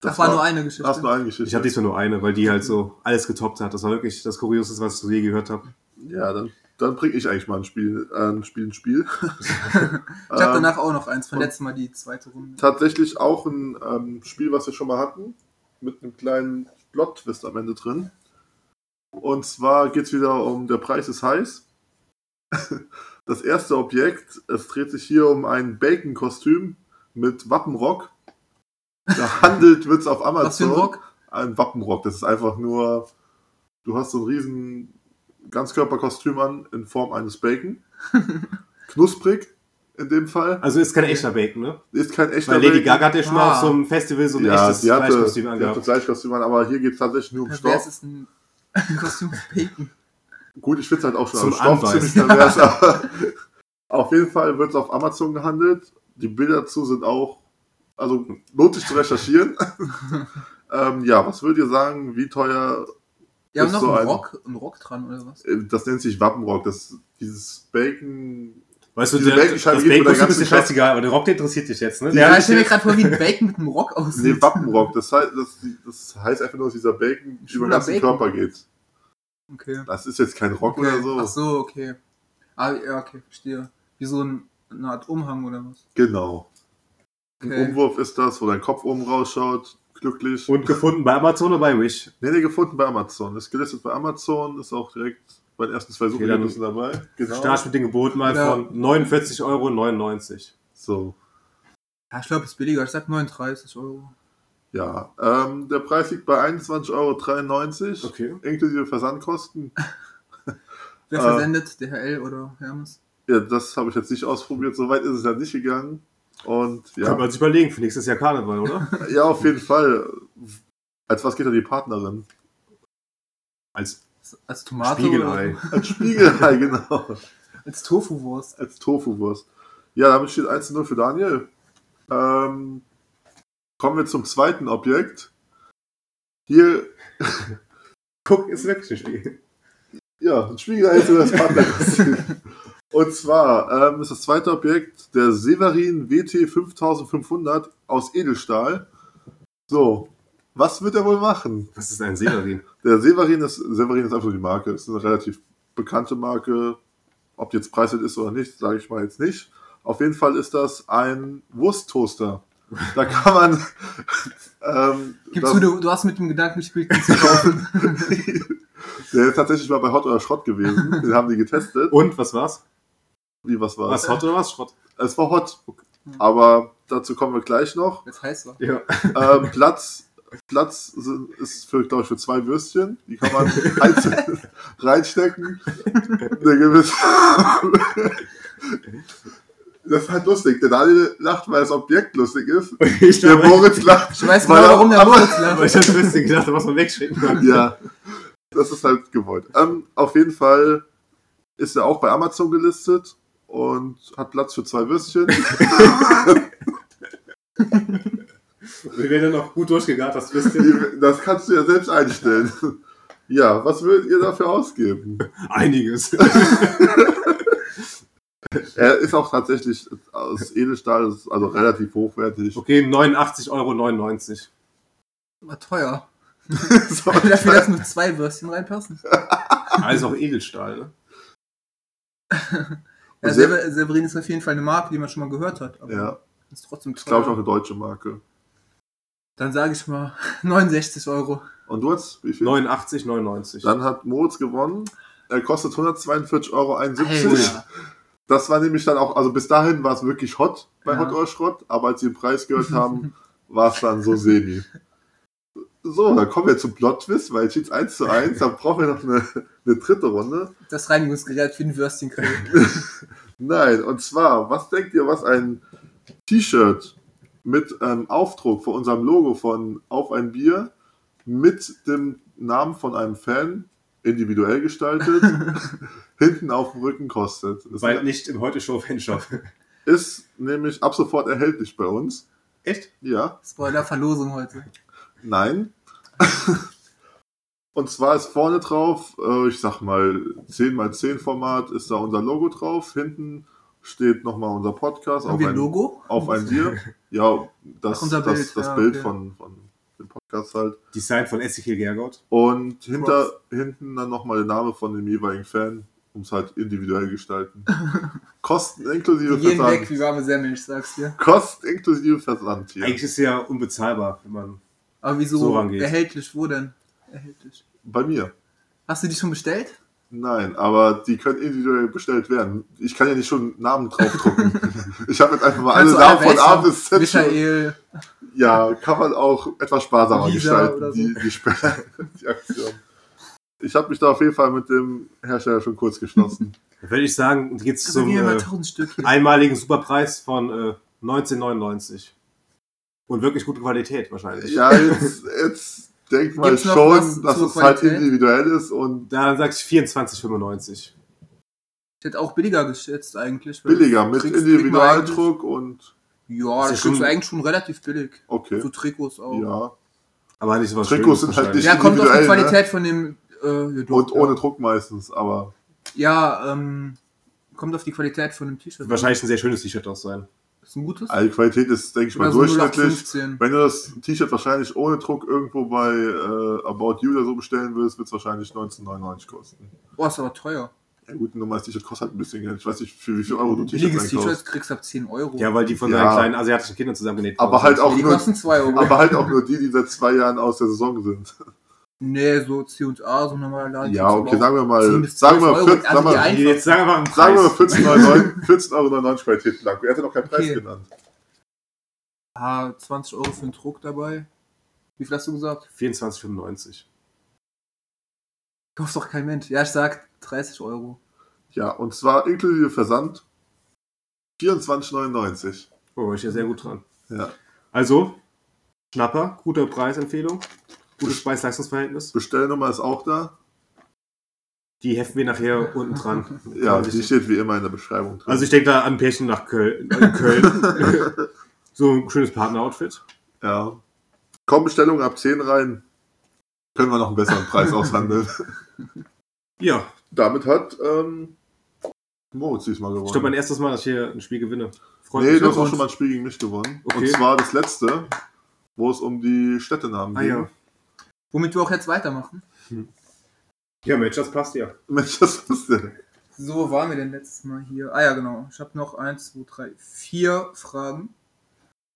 Das, war nur eine Geschichte. Hast nur eine Ich Geschichte. habe diesmal nur eine, weil die halt so alles getoppt hat. Das war wirklich das Kurioseste, was ich zu je gehört habe. ja, dann, dann bringe ich eigentlich mal ein Spiel, äh, ein Spiel, ein Spiel. (laughs) Ähm, ich habe danach auch noch eins, von letztem Mal die zweite Runde. tatsächlich auch ein ähm, Spiel, was wir schon mal hatten, mit einem kleinen Plot-Twist am Ende drin. Und zwar geht es wieder um Der Preis ist heiß. (laughs) Das erste Objekt, es dreht sich hier um ein Bacon-Kostüm mit Wappenrock. Gehandelt wird es auf Amazon. Was für ein Rock? Ein Wappenrock. Das ist einfach nur, du hast so ein riesen Ganzkörperkostüm an in Form eines Bacon. Knusprig in dem Fall. Also ist kein echter Bacon, ne? Ist kein echter Weil Lady Bacon. Gaga hat ja schon mal auf so einem Festival so ein äh, ah. Ja, echtes die hatte, Fleischkostüm die hatte angehabt. Fleischkostüm an, aber hier geht es tatsächlich nur um Pervers Stoff. ist ein (laughs) Kostüm aus Bacon. Gut, ich finde es halt auch schon Zum als Stoff Anweisen. ziemlich pervers, aber (laughs) auf jeden Fall wird es auf Amazon gehandelt. Die Bilder dazu sind auch, also lohnt sich zu recherchieren. ähm, ja, was würdet ihr sagen, wie teuer, Die haben Ist noch so also einen, ein- Rock, einen Rock dran oder was? äh, das nennt sich Wappenrock, das, dieses Bacon, Weißt du, Diese der, das Bacon-Scheibe geht mit der Bacon-Kostüm ist dir ganzen scheißegal, aber der Rock, der interessiert dich jetzt, ne? Ja, Der ich stelle mir gerade vor, wie ein Bacon mit einem Rock (laughs) nee, aussieht. Wappenrock, das heißt, das, das heißt einfach nur, dass dieser Bacon über Schwuler den ganzen Bacon. Körper geht. (laughs) Okay. Das ist jetzt kein Rock okay. oder so. Ach so, okay. Ah, ja, okay, verstehe. Wie so ein, eine Art Umhang oder was? Genau. Ein Okay. Umwurf ist das, wo dein Kopf oben rausschaut, glücklich. und gefunden bei Amazon oder bei Wish. Nee, nee, gefunden bei Amazon. Ist gelistet bei Amazon, ist auch direkt bei den ersten zwei Suchergebnissen dabei. Genau. Start mit den Geboten mal Ja. von 49,99 Euro. So. Ja, ich glaube, es ist billiger. Ich sag 39 Euro. Ja. Ähm, der Preis liegt bei 21,93 Euro. Okay. Inklusive Versandkosten. Wer Äh. versendet? DHL oder Hermes? Ja, das habe ich jetzt nicht ausprobiert. Soweit ist es ja nicht gegangen. Und Ja. Kann ja, man sich überlegen, für nächstes Jahr Karneval, oder? ja auf jeden Fall. Als was geht da die Partnerin? (laughs) Als Als Tomate Spiegelei. oder Als Spiegelei, (laughs) genau. (laughs) als Tofu-Wurst. Als Tofu-Wurst. Ja, damit steht 1 zu 0 für Daniel. Ähm, kommen wir zum zweiten Objekt. Hier Guck, ist wirklich ein Spiel. Ja, ein Spiegelei ist das Partnerkostüm. Und zwar ähm, ist das zweite Objekt der Severin WT 5500 aus Edelstahl. So, was wird er wohl machen? Das ist ein Severin. Der Severin ist, Severin ist einfach die Marke, ist eine relativ bekannte Marke. Ob die jetzt preiswert ist oder nicht, sage ich mal jetzt nicht. Auf jeden Fall ist das ein Wursttoaster. Da kann (laughs) man. Ähm, Gib das- zu, du, du hast mit dem Gedanken gespielt, den (laughs) zu kaufen. der ist tatsächlich mal bei Hot oder Schrott gewesen. Den haben die getestet. Und, was war's? Wie, was war's? Was, Hot oder was? Schrott? Es war hot, aber dazu kommen wir gleich noch. Jetzt heiß war. (laughs) Ja. Ähm, Platz, Platz sind, ist, für, glaube ich, für zwei Würstchen. Die kann man (laughs) einzeln reinstecken. Eine gewisse das ist halt lustig. Der Daniel lacht, weil das Objekt lustig ist. Ich Der (laughs) habe Moritz lacht. Ich weiß weil genau, er- (laughs) warum der Moritz aber ich lacht. hab Schwester gedacht, da muss man wegschicken. kann. Ja, das ist halt gewollt. Ähm, auf jeden Fall ist er auch bei Amazon gelistet und hat Platz für zwei Würstchen. Wir werden dann auch gut durchgegart, das wisst ihr. Die- Das kannst du ja selbst einstellen. Ja, was würdet ihr dafür ausgeben? (laughs) Einiges. Er ist auch tatsächlich aus Edelstahl, ist also relativ (laughs) hochwertig. (laughs) Okay, 89,99 Euro. War teuer. So, Dafür, dass nur zwei Würstchen reinpassen. Alles auch Edelstahl, ne? Ja, Und Sever Severin ist auf jeden Fall eine Marke, die man schon mal gehört hat. Aber ja, ist trotzdem ist glaube ich auch teuer. eine deutsche Marke. Dann sage ich mal (laughs) 69 Euro. Und du hast wie viel? 89,99. Dann hat Moritz gewonnen. Er kostet 142,71 Euro. Alter. Das war nämlich dann auch, also bis dahin war es wirklich hot bei Ja. Hot oder Schrott, aber als sie den Preis gehört haben, war es dann so semi. So, dann kommen wir zum Plot-Twist, weil jetzt steht 1 zu 1, dann brauchen wir noch eine, eine dritte Runde. Das Reinigungsgerät für (laughs) den Würstchenkrieg. Nein, und zwar, was denkt ihr, was ein T-Shirt mit ähm, Aufdruck von unserem Logo von Auf ein Bier mit dem Namen von einem Fan individuell (laughs) gestaltet, hinten auf dem Rücken kostet. Das Bald nicht im Heute-Show-Fanshop. ist nämlich ab sofort erhältlich bei uns. (laughs) Echt? Ja, Spoiler-Verlosung heute. nein. (laughs) Und zwar ist vorne drauf, äh, ich sag mal, 10x10 Format ist da unser Logo drauf. Hinten steht nochmal unser Podcast. Haben auf wir ein ein- Logo? Auf ein (laughs) Bier. Ja, das, Ach, unser das, Bild, das ja, Bild okay. von, von dem Podcast halt. Design von Ezekiel Gergold. Und hinter, hinten dann nochmal der Name von dem jeweiligen Fan, um es halt individuell (laughs) gestalten. Kosten Die inklusive gehen weg Versand. wie warme Semmeln, ich sag's dir. Kosten inklusive Versand hier. Eigentlich ist es ja unbezahlbar, wenn man. Aber wieso? So rangeht. Erhältlich, wo denn? Erhältlich. Bei mir. Hast du die schon bestellt? Nein, aber die können individuell bestellt werden. Ich kann ja nicht schon Namen (laughs) draufdrucken. ich habe jetzt einfach mal alle Kannst du Namen von welche? A bis Z. schon- Michael, Ja, kann man auch etwas sparsamer Lisa gestalten, oder so. die, die, Spe- (laughs) die Aktion. Ich habe mich da auf jeden Fall mit dem Hersteller schon kurz (laughs) geschlossen. Da würde ich sagen, und geht's also zum hier mal äh, 1000 Stück hier. einmaligen Superpreis von äh, 19,99. Und wirklich gute Qualität wahrscheinlich. Ja, jetzt, jetzt denkt man Gibt's noch was schon, dass zur es halt Qualität? individuell ist und Da sag ich 24,95. Ich hätte auch billiger geschätzt eigentlich. weil billiger das mit kriegst- kriegt man eigentlich- Individualdruck und Ja, Ist ja das kriegst du schon- eigentlich schon relativ billig. okay. So Trikots auch. Ja, Ja. Aber nicht so was Schönes Trikots sind halt wahrscheinlich. nicht- kommt auf die individuell, ne? Qualität von dem. Äh, ja, doch, Und ja. ohne Druck meistens, aber Ja, ähm, kommt auf die Qualität von dem T-Shirt. an. Wahrscheinlich ein sehr schönes T-Shirt auch sein. Ist ein gutes. die Qualität ist, denke ich mal, Oder so durchschnittlich. 0815. Wenn du das T-Shirt wahrscheinlich ohne Druck irgendwo bei äh, About You oder so bestellen würdest, wird es wahrscheinlich 19,99 kosten. Boah, ist aber teuer. Ja gut, nur mal das T-Shirt kostet halt ein bisschen Geld. Ich weiß nicht, für wie viel Euro du T-Shirts Billiges einkaufst. T-Shirt kriegst du ab 10 Euro. Ja, weil die von Ja. seinen kleinen asiatischen Kindern zusammengenäht Aber halt worden auch die nur, kosten 2 Euro. aber halt auch nur die, die seit zwei Jahren aus der Saison sind. nee, so C&A, so ein normaler Laden. Ja, okay, sagen wir 10 mal, bis sagen wir mal, 12 Euro. 14, Also sagen wir, die sind. ein- Jetzt sag einfach einen Preis. sagen wir mal 14,99 (laughs) 14,99 Qualität lang. Er hat ja noch keinen Preis Okay. genannt. Ah, 20 Euro für den Druck dabei. Wie viel hast du gesagt? 24,95. Kaufst doch kein Mensch. Ja, ich sag 30 Euro. Ja, und zwar inklusive Versand 24,99. Oh, war ich ja sehr gut dran. Ja, Also, Schnapper, gute Preisempfehlung, gutes Preis-Leistungs-Verhältnis. Bestellnummer ist auch da. Die heften wir nachher unten dran. (laughs) Ja, Also die ich- steht wie immer in der Beschreibung drin. Also ich denke da an Pärchen nach Köln. (laughs) Äh, Köln. (laughs) so ein schönes Partner-Outfit. ja. Kommen Bestellungen ab 10 rein, können wir noch einen besseren (laughs) Preis aushandeln. Ja, Damit hat ähm, Moritz diesmal gewonnen. ich glaube mein erstes Mal, dass ich hier ein Spiel gewinne. Freut nee, mich. du hast auch schon mal ein Spiel gegen mich gewonnen. Okay. Und zwar das letzte, wo es um die Städtenamen Ah, ging. ja. Womit wir auch jetzt weitermachen. Ja, Mensch, das passt ja. (laughs) Mensch, was ist denn? So, wo waren wir denn letztes Mal hier? Ah ja, genau. Ich habe noch eins, zwei, drei, vier Fragen.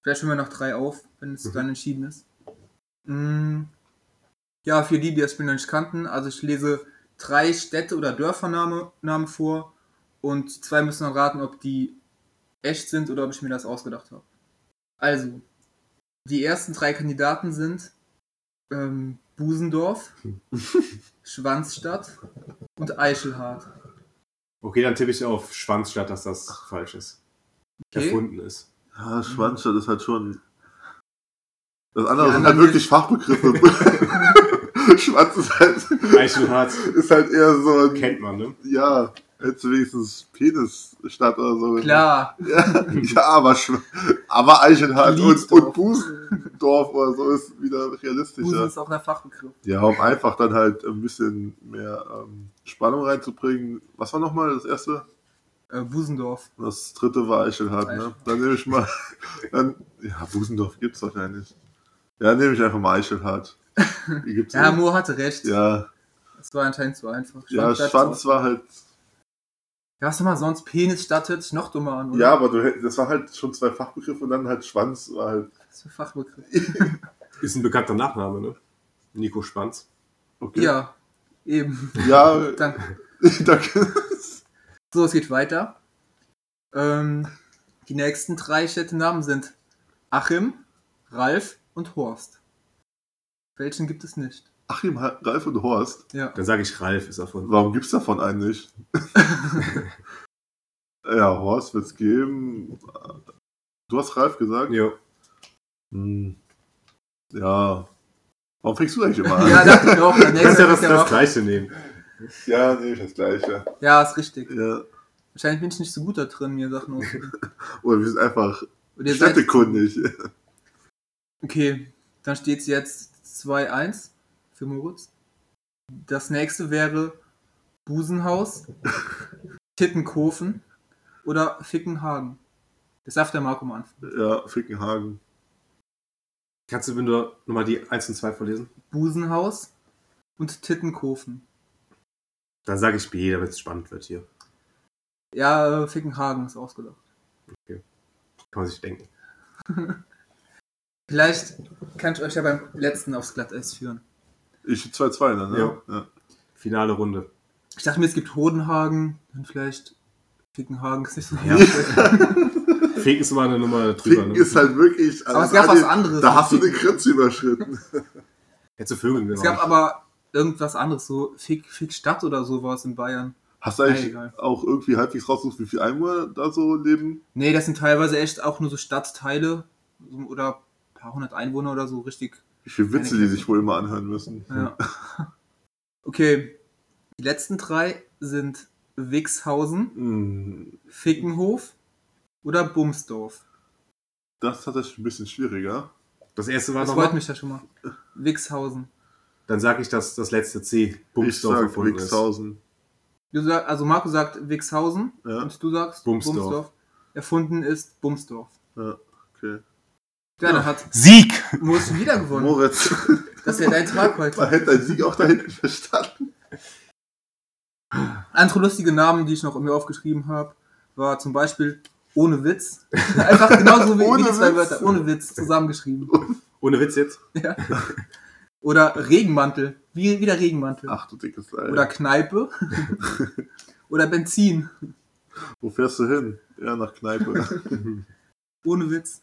Vielleicht hören wir noch drei auf, wenn es Mhm. dann entschieden ist. Mm, ja, für die, die das Spiel noch nicht kannten, also ich lese drei Städte oder Dörfernamen Namen vor und zwei müssen dann raten, ob die echt sind oder ob ich mir das ausgedacht habe. Also, die ersten drei Kandidaten sind ähm, Busendorf, Schwanzstadt und Eichelhardt. Okay, dann tippe ich auf Schwanz statt, dass das falsch ist. Okay. Erfunden ist. Ja, Schwanzstadt ist halt schon. Das andere sind halt anderen wirklich (laughs) Fachbegriffe. Schwanz ist halt, Eichelhardt (laughs) ist halt eher so ein. kennt man, ne? Ja, hättest du wenigstens Penisstadt oder so. Klar, (laughs) Ja, ja aber, Schw- aber Eichenhardt und, Liebsdorf. und Busendorf oder so ist wieder Busen realistischer. ist auch der Fachbegriff. Ja, um einfach dann halt ein bisschen mehr ähm, Spannung reinzubringen. Was war nochmal das erste? Äh, Busendorf. Das dritte war Eichelhardt, ne? Dann nehme ich mal. (laughs) Dann, ja, Busendorf gibt's wahrscheinlich. Ja, nehme ich einfach mal Eichelhardt. Die gibt's Ja, ja, Mo hatte recht. ja, Es war anscheinend zu einfach. ja, Schwanzstadt Schwanz ist war halt. auch- Ja, was nochmal sonst? Penisstadt hört sich noch dummer an, oder? Ja, aber du, hätt- das war halt schon zwei Fachbegriffe und dann halt Schwanz war halt. Das ist ein Fachbegriff. (laughs) Ist ein bekannter Nachname, ne? Nico Schwanz. Okay. Ja, eben. Ja, (laughs) Danke. danke. So, es geht weiter. Ähm, die nächsten drei Städtenamen sind Achim, Ralf und Horst. Welchen gibt es nicht? Achim, Ralf und Horst. Ja. Dann sage ich Ralf ist erfunden. Warum gibt's davon einen (laughs) nicht? ja, Horst wird's geben. Du hast Ralf gesagt. Jo. Hm. Ja. Warum fängst du eigentlich immer an? Ja, dachte ich auch. Der Du kannst nächste ja das, ist ja das noch- Gleiche nehmen. (laughs) ja nee, das gleiche. Ja, ist richtig. Ja. Wahrscheinlich bin ich nicht so gut da drin, mir Sachen auszudenken. Oder Oh, wir sind einfach Und ihr seid- städtekundig. Okay, dann steht es jetzt 2-1 für Moritz. Das nächste wäre Busenhaus, Tittenkofen oder Fickenhagen. Das darf der Marco mal anfangen. Ja, Fickenhagen. Kannst du mir nur nochmal die 1 und 2 vorlesen? Busenhaus und Tittenkofen. Dann sage ich B, damit es spannend wird hier. Ja, äh, Fickenhagen ist ausgedacht. Kann man sich denken. Vielleicht kann ich euch ja beim letzten aufs Glatteis führen. Ich 2-2, dann, ne? Ja. ja. Finale Runde. Ich dachte mir, es gibt Hodenhagen, dann vielleicht Fickenhagen ist nicht so (laughs) Ja. Fake ist immer eine Nummer drüber. Ficken Ne? ist halt wirklich. Aber es gab Adi, was anderes. Da hast du eine Grenze überschritten. (laughs) Hättest du Vögeln (laughs) Es gab aber irgendwas anderes, so Fick, Fickstadt oder sowas in Bayern. Hast du eigentlich Egal. auch irgendwie halbwegs rausgesucht, wie viele Einwohner da so leben? Nee, das sind teilweise echt auch nur so Stadtteile so- oder ein paar hundert Einwohner oder so, richtig. Wie viele Witze die sich wohl immer anhören müssen. Ja. (laughs) Okay, die letzten drei sind Wixhausen, Hm, Fickenhof oder Bumsdorf. Das ist tatsächlich ein bisschen schwieriger. Das erste war Das freut nochmal. mich ja schon mal. Wixhausen. Dann sage ich, dass das letzte C Bumsdorf ich sag gefunden ist. Wixhausen. Du sag, also Marco sagt Wixhausen Ja. und du sagst Bumsdorf. Erfunden ist Bumsdorf. Ja, okay. Ja, dann hat Sieg! Moritz (laughs) wieder gewonnen. Moritz, (laughs) Das wäre dein Tag man heute. hätte deinen Sieg auch da hinten verstanden. Andere lustige Namen, die ich noch mir aufgeschrieben habe, war zum Beispiel ohne Witz. (laughs) Einfach genauso wie, Ohne wie die zwei Witz. Wörter, ohne Witz zusammengeschrieben. Ohne Witz jetzt. Ja. Oder Regenmantel, wie, wie der Regenmantel. Ach äh. du dickes Ei. (laughs) Oder Kneipe. Oder Benzin, Wo fährst du hin? Ja, nach (laughs) Kneipe. ohne Witz.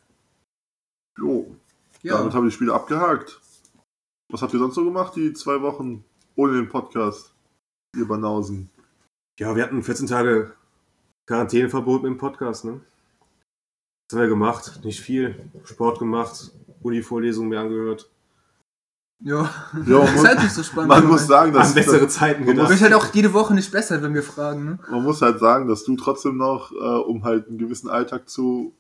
jo, Ja, damit haben wir die Spiele abgehakt. Was habt ihr sonst so gemacht, die zwei Wochen ohne den Podcast? Ihr Banausen. Ja, wir hatten 14 Tage Quarantäneverbot mit dem Podcast, ne? Was haben wir gemacht? Nicht viel. Sport gemacht, Uni-Vorlesungen mir angehört. ja. Jo, (laughs) Das ist halt nicht so spannend. man muss sagen, dass An bessere Zeiten Das gedacht. wird halt auch jede Woche nicht besser, wenn wir fragen. Ne? man muss halt sagen, dass du trotzdem noch, äh, um halt einen gewissen Alltag zu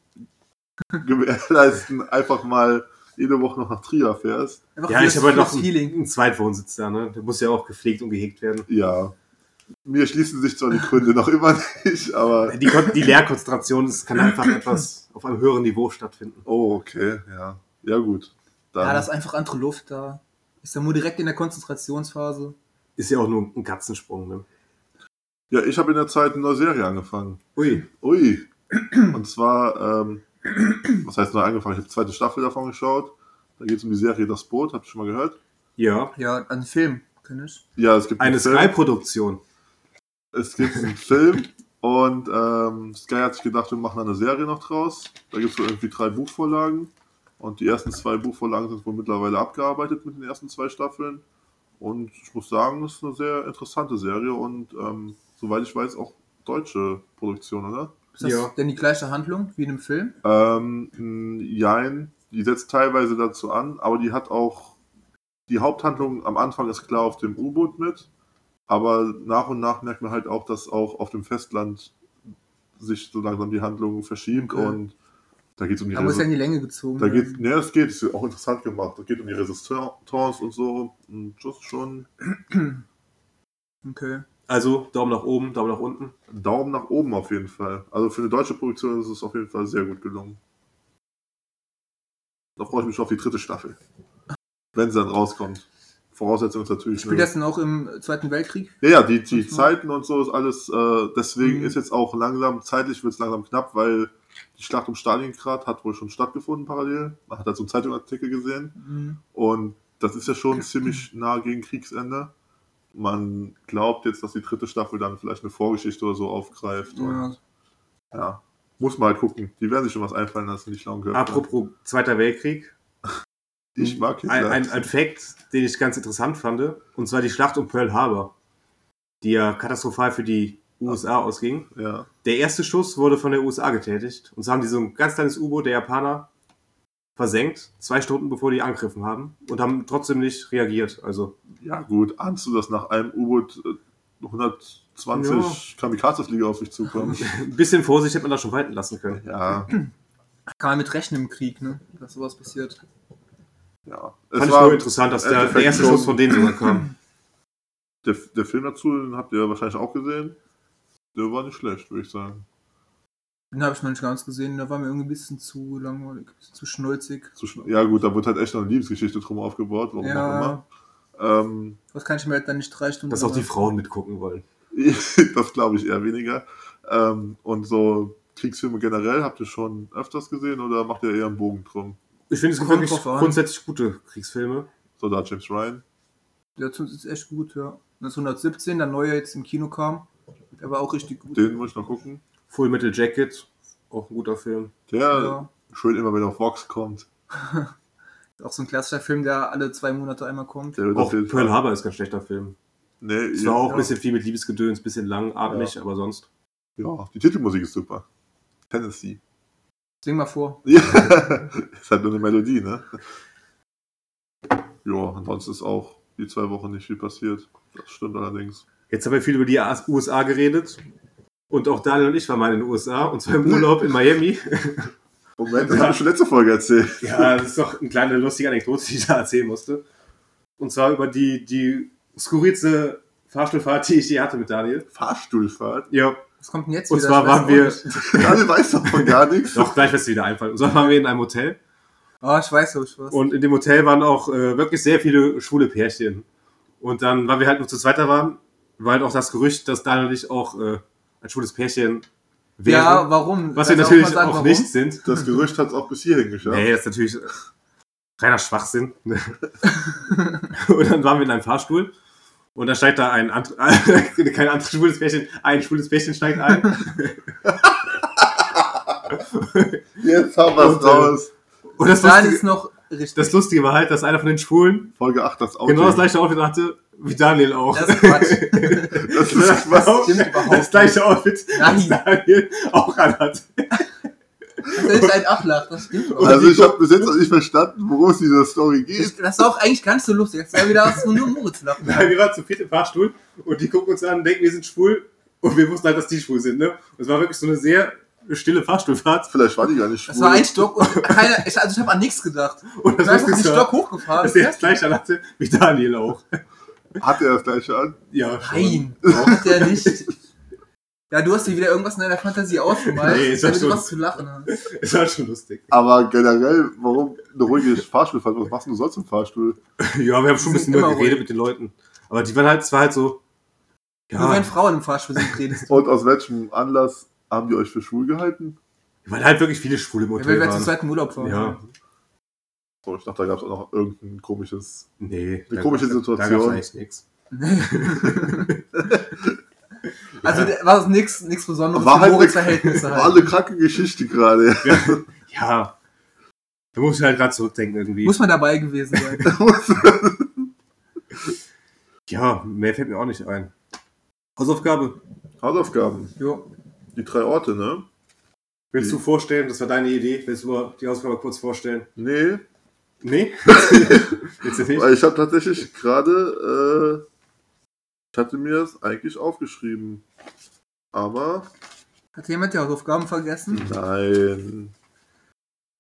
gewährleisten, einfach mal jede Woche noch nach Trier fährst. Einfach Ja, für ich das- habe halt für noch das einen, Feeling. einen Zweitwohnsitz da, ne? Der muss ja auch gepflegt und gehegt werden. Ja. Mir schließen sich zwar die Gründe noch immer nicht, aber. Die, Kon die Lehrkonzentration ist, kann (clears throat) einfach etwas auf einem höheren Niveau stattfinden. Oh, okay, ja. Ja, gut. Dann, Ja, das ist einfach andere Luft da. Ist dann nur direkt in der Konzentrationsphase. Ist ja auch nur ein Katzensprung, ne? ja ich habe in der Zeit eine neue Serie angefangen. Ui. Ui. Und zwar, ähm, was heißt neu angefangen? Ich habe die zweite Staffel davon geschaut. Da geht es um die Serie Das Boot, habt ihr schon mal gehört? Ja. Ja, an Film, kenn ich. Ja, es gibt einen Eine Film. Sky-Produktion. es gibt einen Film und ähm, Sky hat sich gedacht, wir machen eine Serie noch draus. Da gibt es irgendwie drei Buchvorlagen und die ersten zwei Buchvorlagen sind wohl mittlerweile abgearbeitet mit den ersten zwei Staffeln. Und ich muss sagen, es ist eine sehr interessante Serie und ähm, soweit ich weiß auch deutsche Produktion, oder? Ist das Ja. denn die gleiche Handlung wie in einem Film? Ähm, mh, jein, die setzt teilweise dazu an, aber die hat auch die Haupthandlung am Anfang ist klar auf dem U-Boot mit, aber nach und nach merkt man halt auch, dass auch auf dem Festland sich so langsam die Handlung verschiebt Okay. und da geht es um die Aber ist ja in Resist die Länge gezogen. da geht, ne, es geht, ist ja auch interessant gemacht. Es geht um die Resistance und so. Und das ist schon Okay. Also Daumen nach oben, Daumen nach unten. ein Daumen nach oben auf jeden Fall. Also für eine deutsche Produktion ist es auf jeden Fall sehr gut gelungen. Da freue ich mich schon auf die dritte Staffel. Wenn sie dann rauskommt. Voraussetzung ist Also natürlich. Spielt das denn auch im Zweiten Weltkrieg? ja, ja, die, die Mhm. Zeiten und so ist alles, äh, deswegen Mhm. ist jetzt auch langsam, zeitlich wird es langsam knapp, weil die Schlacht um Stalingrad hat wohl schon stattgefunden parallel. Man hat da so einen Zeitungsartikel gesehen. Mhm. Und das ist ja schon ziemlich nah gegen Kriegsende. Man glaubt jetzt, dass die dritte Staffel dann vielleicht eine Vorgeschichte oder so aufgreift. Und Ja. ja. Muss mal gucken. Die werden sich schon was einfallen lassen, die schlauen Köpfe. Apropos Zweiter Weltkrieg. Ich mag ein, Hitler. ein, ein Fact, den ich ganz interessant fand. Und zwar die Schlacht um Pearl Harbor, die ja katastrophal für die USA ausging. ja. Der erste Schuss wurde von der USA getätigt. Und so haben die so ein ganz kleines U-Boot der Japaner versenkt, zwei Stunden bevor die angegriffen haben und haben trotzdem nicht reagiert. Also Ja, gut, ahnst du, dass nach einem U-Boot äh, 120 Kamikaze-Flieger auf sich (laughs) zukommen? ein bisschen Vorsicht hätte man das schon walten lassen können. ja, Kann man mit rechnen im Krieg, ne? Dass sowas passiert. ja. Fand Es ich nur war, interessant, dass im der, der Endeffekt erste schon- Schuss von denen sogar kam. der, der Film dazu, den habt ihr wahrscheinlich auch gesehen. Der war nicht schlecht, würde ich sagen. Den habe ich noch nicht ganz gesehen, da war mir irgendwie ein bisschen zu langweilig, ein bisschen zu schnulzig. Zu schn- Ja, gut, da wurde halt echt noch eine Liebesgeschichte drum aufgebaut, warum Ja, auch immer. Ähm, (laughs) das kann ich mir halt dann nicht drei Stunden. Dass auch die aber- Frauen mitgucken wollen. das glaube ich eher weniger. Ähm, und so Kriegsfilme generell habt ihr schon öfters gesehen oder macht ihr eher einen Bogen drum? Ich finde, es gibt Kommt wirklich drauf an. grundsätzlich gute Kriegsfilme. So da James Ryan. Der Zins ist echt gut, ja. 1917, der neue jetzt im Kino kam, der war auch richtig gut. Den muss ich noch gucken. Full Metal Jacket, auch ein guter Film. Der ja. schön immer, wenn er auf Vox kommt. Auch so ein klassischer Film, der alle zwei Monate einmal kommt. Der wird Auch auf jeden Pearl Fall- Harbor ist kein schlechter Film. Nee, Es ja, war auch ja. ein bisschen viel mit Liebesgedöns, bisschen langatmig, aber sonst. Ja, die Titelmusik ist super. Tennessee. (laughs) Sing mal vor. Ja, ist halt nur eine Melodie, ne? Ja, ansonsten ist auch die zwei Wochen nicht viel passiert. Das stimmt allerdings. Jetzt haben wir viel über die USA geredet. Und auch Daniel und ich waren mal in den USA und zwar im Urlaub in Miami. Moment, das habe ich schon letzte Folge erzählt. (laughs) Ja, das ist doch eine kleine lustige Anekdote, die ich da erzählen musste. Und zwar über die, die skurrilste Fahrstuhlfahrt, die ich je hatte mit Daniel. Fahrstuhlfahrt. Ja, Was kommt denn jetzt und wieder? zwar Ich weiß waren auch wir. nicht. Daniel weiß davon gar nichts. Doch, gleich wird es wieder einfallen. Und zwar waren wir in einem Hotel. Oh, ich weiß, glaube ich, was. Und in dem Hotel waren auch äh, wirklich sehr viele schwule Pärchen. Und dann, weil wir halt nur zu zweit da waren, war halt auch das Gerücht, dass Daniel und ich auch äh, ein schwules Pärchen wären. ja, warum? was wir Darf ich natürlich mal auch, sagen, warum? nicht sind. Das Gerücht hat es auch bis hierhin geschafft. Nee, das ist natürlich äh, reiner Schwachsinn. (laughs) und dann waren wir in einem Fahrstuhl. Und dann steigt da ein and (laughs) kein anderes schwules Pärchen, ein schwules Pärchen steigt (laughs) ein. Jetzt haben wir es Und, äh, raus. Und das Daniel ist Lustige, noch richtig. das Lustige war halt, dass einer von den Schwulen Folge 8, das Auto. genau das gleiche Outfit hatte wie Daniel auch. Das ist (laughs) Quatsch. Das ist (laughs) was. Überhaupt- stimmt überhaupt das gleiche Outfit, was Nein. Daniel auch anhat. Das ist ein Ablach, das stimmt überhaupt Also ich habe bis jetzt noch nicht verstanden, worum es in dieser Story geht. nicht. Das ist auch eigentlich ganz so lustig. Jetzt war wieder aus nur Moritz lachen. Nein, wir waren zu viert im Fahrstuhl und die gucken uns an und denken, wir sind schwul und wir wussten halt, dass die schwul sind. Ne? Und es war wirklich so eine sehr stille Fahrstuhlfahrt Vielleicht war die gar nicht schwul. Das war ein Stock und keiner, ich, also ich habe an nichts gedacht. und Ich das bin einfach wusste den ich ja, Stock hochgefahren. dass der das gleiche anhatte wie Daniel auch. Hat er das gleiche an? Ja, schon. Nein, braucht der nicht. Ja, du hast dir wieder irgendwas in deiner Fantasie ausgemalt, Nee, nee, ist doch damit du so. was zu lachen hast. Es war halt schon lustig. Aber generell, warum eine ruhige Fahrstuhlfahrt? Was machst du sonst im Fahrstuhl? Ja, wir haben schon ein sind bisschen drüber immer geredet ruhig. mit den Leuten. Aber die waren halt, es war halt so. Nur Ja, wenn Frauen im Fahrstuhl sind, redest du. Und aus welchem Anlass haben die euch für schwul gehalten? weil halt wirklich viele Schwule im Ja, Wenn Hotel wir zum waren. zweiten Urlaub fahren. Ja, Oh, ich dachte, da gab es auch noch irgendein komisches. nee. Eine da- komische Da gab Situation. es echt nichts. Nee. (laughs) also der- war es nichts nichts Besonderes War für halt Moritz nix. Verhältnisse War halt. eine kranke Geschichte gerade. Ja, (laughs) ja. Da muss ich halt gerade zurückdenken irgendwie. Muss man dabei gewesen sein. ja, mehr fällt mir auch nicht ein. Hausaufgabe. Hausaufgaben. Jo. Die drei Orte, ne? Willst Hm. du vorstellen? Das war deine Idee. Willst du mal die Hausaufgabe kurz vorstellen? Nee. Nee? (laughs) Willst du nicht? Weil ich habe tatsächlich gerade. Äh, ich hatte mir das eigentlich aufgeschrieben. Aber. Hat jemand die Hausaufgaben vergessen? Nein. (laughs)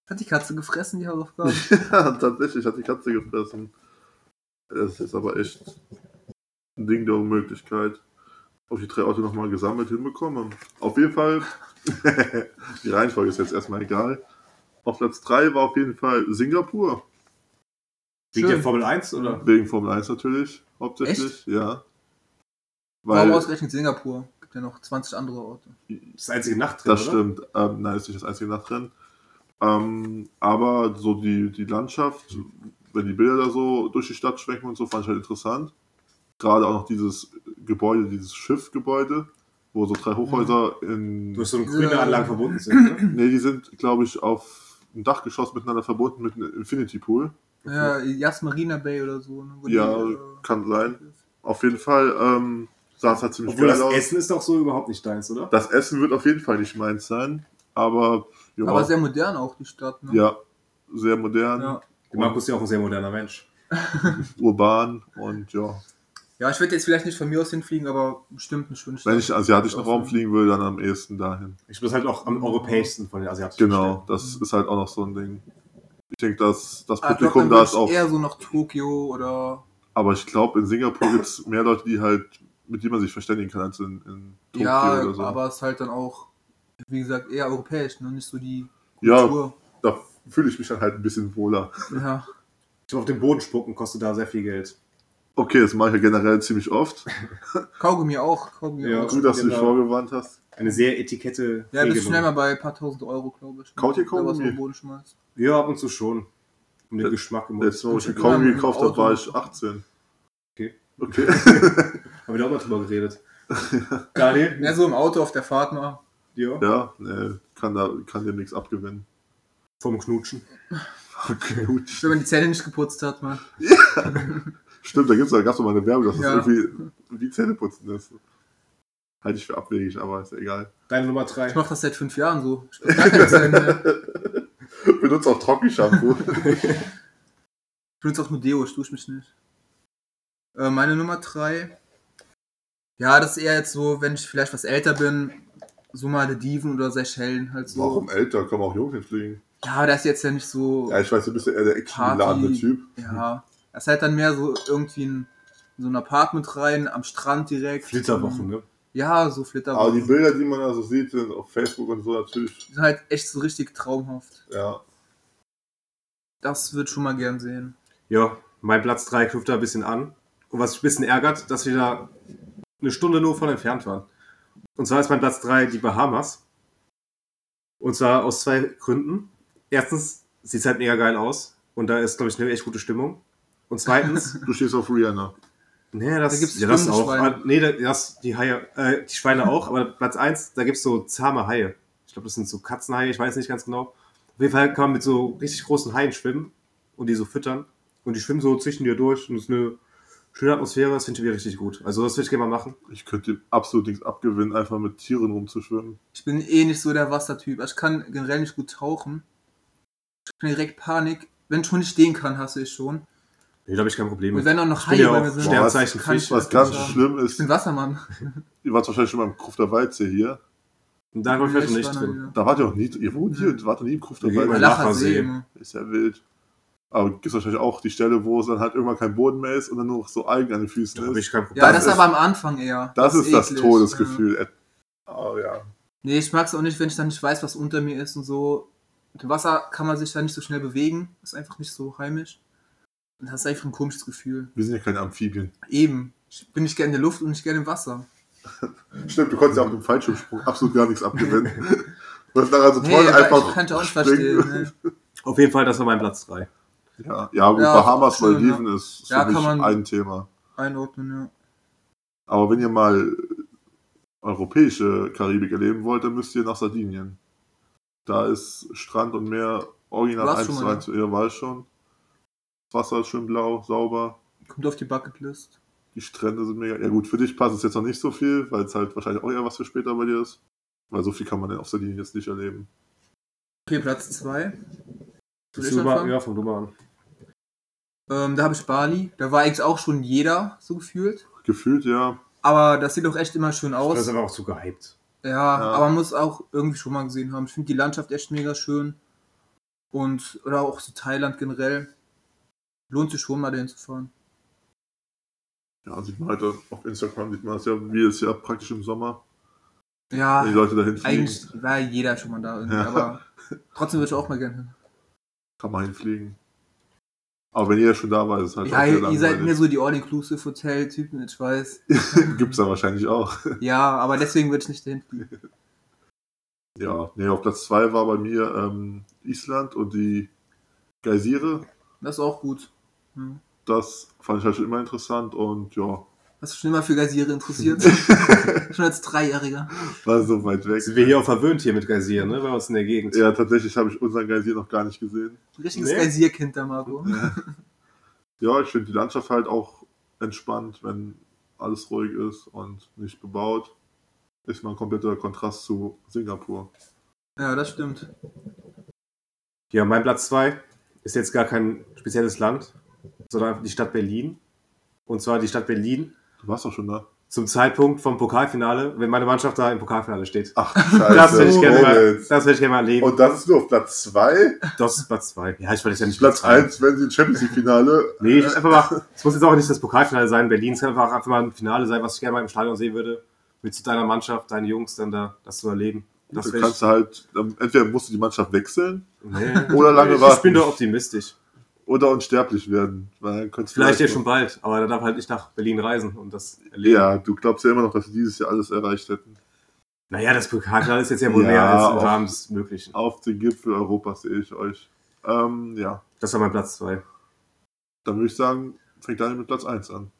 Hat die Katze gefressen, die Hausaufgaben? Ja, tatsächlich hat die Katze gefressen. Das ist jetzt aber echt ein Ding der Unmöglichkeit. Ob ich die drei Orte nochmal gesammelt hinbekomme. Auf jeden Fall, (laughs) die Reihenfolge ist jetzt erstmal egal. Auf Platz 3 war auf jeden Fall Singapur. Wegen der Schön. Formel 1 Hm. oder? Wegen Formel 1 natürlich, hauptsächlich, ja. Warum Weil, ausgerechnet Singapur? Gibt ja noch 20 andere Orte. Das einzige Nacht drin, das oder? stimmt, ähm, nein, ist nicht das einzige Nachtrennen. Ähm, aber so die, die Landschaft, wenn die Bilder da so durch die Stadt schwenken und so, fand ich halt interessant. Gerade auch noch dieses Gebäude, dieses Schiffgebäude, wo so drei Hochhäuser in. Durch so eine Diese- grüne Anlage verbunden sind. Ne? Ne, die sind, glaube ich, auf einem Dachgeschoss miteinander verbunden mit einem Infinity Pool. Ja, Yas Marina Bay oder so. Ne, wo Ja, äh, kann sein. Auf jeden Fall ähm, sah es halt ziemlich Obwohl das geil aus. Essen ist doch so überhaupt nicht deins, oder? das Essen wird auf jeden Fall nicht meins sein, aber. Ja, Aber sehr modern auch die Stadt. Ne? ja. sehr modern, Ja, Und- Markus ist ja auch ein sehr moderner Mensch. urban und ja. ja ich würde jetzt vielleicht nicht von mir aus hinfliegen, aber bestimmt eine schöne Stadt. Wenn ich in den asiatischen Auch Raum so. fliegen würde, dann am ehesten dahin. Ich bin halt auch Mhm. am europäischsten von den asiatischen Genau, das ist halt auch noch so ein Ding. Ich denke, dass das Ah, ich glaub, Publikum dann würd da ist ich auch. eher so nach Tokio oder Aber ich glaube, in Singapur gibt es mehr Leute, die halt, mit denen man sich verständigen kann, als in, in Tokio ja, oder so. aber es ist halt dann auch, wie gesagt, eher europäisch, ne? nicht so die ja, Tour. da fühle ich mich dann halt ein bisschen wohler. Ja. Ich glaube, auf den Boden spucken kostet da sehr viel Geld. Okay, das mache ich ja generell ziemlich (laughs) oft. Kaugummi auch. Kaugummi Ja. auch. Gut, dass du dich Genau. vorgewarnt hast. Eine sehr etikette Ja, bist du Regelung. schnell mal bei ein paar tausend Euro, glaube ich. ne? Kaut ihr Wenn du was auf Kaugummi? den Boden schmeißt. Ja, ab und zu schon. Um den Das- Geschmack im Mund. Letztes Mal, wo ich mir Ja, mit Kaugummi dem gekauft habe, Auto. war ich 18. Okay. Okay. (laughs) Haben wir da auch mal drüber (laughs) geredet. Daniel? Mehr so im Auto auf der Fahrt mal. Ja. ja, nee, kann, da, kann dem nichts abgewinnen. Vom Knutschen. Okay, (laughs) gut. Wenn man die Zähne nicht geputzt hat, mal. Stimmt, da gibt's da gab's doch mal eine Werbung, dass Ja. das irgendwie wie Zähneputzen ist. Halte ich für abwegig, aber ist ja egal. (laughs) Deine Nummer drei. Ich mache das seit fünf Jahren so. Ich hab gar keine Zähne mehr. Benutze auch (laughs) Trockenshampoo. Ich benutze auch nur Deo, ich dusche mich nicht. Äh, meine Nummer drei. Ja, das ist eher jetzt so, wenn ich vielleicht was älter bin, so Malediven oder Seychellen halt so. Warum älter? Kann man auch jung hinfliegen. Ja, das ist jetzt ja nicht so. Ja, ich weiß, du bist ja eher der actiongeladene Party. Typ. Ja, das ist halt dann mehr so irgendwie in so ein Apartment rein, am Strand direkt. Flitterwochen, Mhm. ne? Ja, so Aber die Flitterwochen. Bilder, die man da so sieht, sind auf Facebook und so natürlich, Die sind halt echt so richtig traumhaft. ja. Das wird schon mal gern sehen. Ja, mein Platz 3 knüpft da ein bisschen an. Und was mich ein bisschen ärgert, dass wir da eine Stunde nur von entfernt waren. Und zwar ist mein Platz 3 die Bahamas. Und zwar aus zwei Gründen. Erstens sieht es halt mega geil aus. Und da ist, glaube ich, eine echt gute Stimmung. Und (laughs) zweitens, Du stehst auf Rihanna. nee, das, Da gibt's ja, das auch. Schwimmschweine. Ah, Nee, das, die Haie, äh, die Schweine auch. Aber Platz 1, da gibt es so zahme Haie. Ich glaube, das sind so Katzenhaie, ich weiß nicht ganz genau. Auf jeden Fall kann man mit so richtig großen Haien schwimmen und die so füttern. Und die schwimmen so zwischen dir durch und es ist eine schöne Atmosphäre, das finde ich richtig gut. Also das würde ich gerne mal machen. Ich könnte ihm absolut nichts abgewinnen, einfach mit Tieren rumzuschwimmen. Ich bin eh nicht so der Wassertyp. Also Ich kann generell nicht gut tauchen. Ich bin direkt Panik. Wenn ich schon nicht stehen kann, hasse ich schon. Nee, da habe ich kein Problem Und mit. wenn auch noch Ich bin Haie ja bei mir auch sind, Stern- Sternzeichen kann Fisch. ich- Was ganz Ja. schlimm ich ist, (laughs) bin Wassermann. ihr wart wahrscheinlich schon mal im Kruf der Weize hier. Und da glaube ich heute nicht war drin. noch- Da wart ihr auch nie, ihr wohnt hier und wart noch nie im Kruf der Wir gehen Weize. mal Lacher Lachersee. See. immer. Ist ja wild. Aber gibt es wahrscheinlich auch die Stelle, wo es dann halt irgendwann kein Boden mehr ist und dann nur noch so Algen an den Füßen Da habe ist. ich kein Problem. Ja, Das ist- das, aber am Anfang eher. das ist das eklig. Todesgefühl. Et- Oh ja. Nee, ich mag's auch nicht, wenn ich dann nicht weiß, was unter mir ist und so. Mit dem Wasser kann man sich dann nicht so schnell bewegen. Ist einfach nicht so heimisch. Und das ist einfach ein komisches Gefühl. Wir sind ja keine Amphibien. Eben. Ich bin nicht gerne in der Luft und nicht gerne im Wasser. Stimmt, du konntest ja auch mit dem Fallschirmsprung absolut gar nichts (laughs) abgewinnen. Was ist daran so toll, aber ich einfach. kann ich auch nicht springen. verstehen. Ne? Auf jeden Fall, das war mein Platz 3. Ja, ja, gut, Ja, Bahamas, schön, Maldiven ist für Ja, mich kann man- ein Thema. Einordnen, ja. Aber wenn ihr mal europäische Karibik erleben wollt, dann müsst ihr nach Sardinien. Da ist Strand und Meer original Warst 1 schon zu mal, 1 zu ihr, war ich schon. Das Wasser ist schön blau, sauber. Kommt auf die Bucketlist. Die Strände sind mega. Ja, gut, für dich passt es jetzt noch nicht so viel, weil es halt wahrscheinlich auch eher was für später bei dir ist. Weil so viel kann man denn auf Sardinien jetzt nicht erleben. Okay, Platz 2. Willst du mal, ja, fang du mal an. Ähm, da habe ich Bali. Da war eigentlich auch schon jeder, so gefühlt. Gefühlt, ja. Aber das sieht doch echt immer schön aus. Das ist aber auch zu gehypt. Ja, Ja. aber man muss auch irgendwie schon mal gesehen haben. Ich finde die Landschaft echt mega schön. Und, oder auch so Thailand generell. Lohnt sich schon mal dahin zu fahren. Ja, sieht man halt auf Instagram, sieht man es ja, wie es ja praktisch im Sommer, Ja, wenn die Leute dahin fliegen, Ah, eigentlich war jeder schon mal da. irgendwie, Ja. Aber trotzdem würde ich auch mal gerne hin. kann man hinfliegen. Aber wenn jeder schon da war, ist es halt Ja, auch sehr ihr, ihr seid langweilig. mir so die All-Inclusive-Hotel-Typen, (laughs) ich weiß. Gibt's da wahrscheinlich auch. Ja, aber deswegen würde ich nicht dahin fliegen. Ja, nee, auf Platz 2 war bei mir ähm, Island und die Geysire. Das ist auch gut. Hm. Das fand ich halt schon immer interessant und ja, (laughs) Hast du schon immer für Geysire interessiert? (laughs) schon als Dreijähriger. war so weit weg. Sind wir hier auch verwöhnt hier mit Geysir, ne? Bei uns in der Gegend. Ja, tatsächlich habe ich unseren Geysir noch gar nicht gesehen. Ein richtiges Nee. Geysirkind da, Marco. Ja, ich finde die Landschaft halt auch entspannt, wenn alles ruhig ist und nicht bebaut. Ist mal ein kompletter Kontrast zu Singapur. Ja, das stimmt. Ja, mein Platz 2 ist jetzt gar kein spezielles Land, sondern einfach die Stadt Berlin. Und zwar die Stadt Berlin Du warst doch schon da. zum Zeitpunkt vom Pokalfinale, wenn meine Mannschaft da im Pokalfinale steht. (laughs) Ach, Das würde ich gerne mal, Mädels. das würde ich gerne mal erleben. Also, Und das ist nur auf Platz 2. das ist Platz 2. Ja, ich wollte es ja nicht Platz zwei. 1, wenn sie im Champions League-Finale. Nee, ich muss einfach mal, es muss jetzt auch nicht das Pokalfinale sein in Berlin, es kann einfach, einfach mal ein Finale sein, was ich gerne mal im Stadion sehen würde. Mit zu deiner Mannschaft, deinen Jungs dann da, das zu erleben. Das du wär kannst halt, ähm, entweder musst du die Mannschaft wechseln nee. oder lange ich, ich warten. bin doch optimistisch. oder unsterblich werden. Weil dann könntest du Vielleicht ja noch- schon bald, aber da darf halt nicht nach Berlin reisen und das erleben. Ja, du glaubst ja immer noch, dass sie dieses Jahr alles erreicht hätten. Naja, das Pokalfinale ist jetzt ja wohl Ja, mehr als im auf- Rahmen des Möglichen. Auf den Gipfel Europas sehe ich euch. Ähm, ja, Das war mein Platz 2. dann würde ich sagen, fängt Daniel mit Platz 1 an.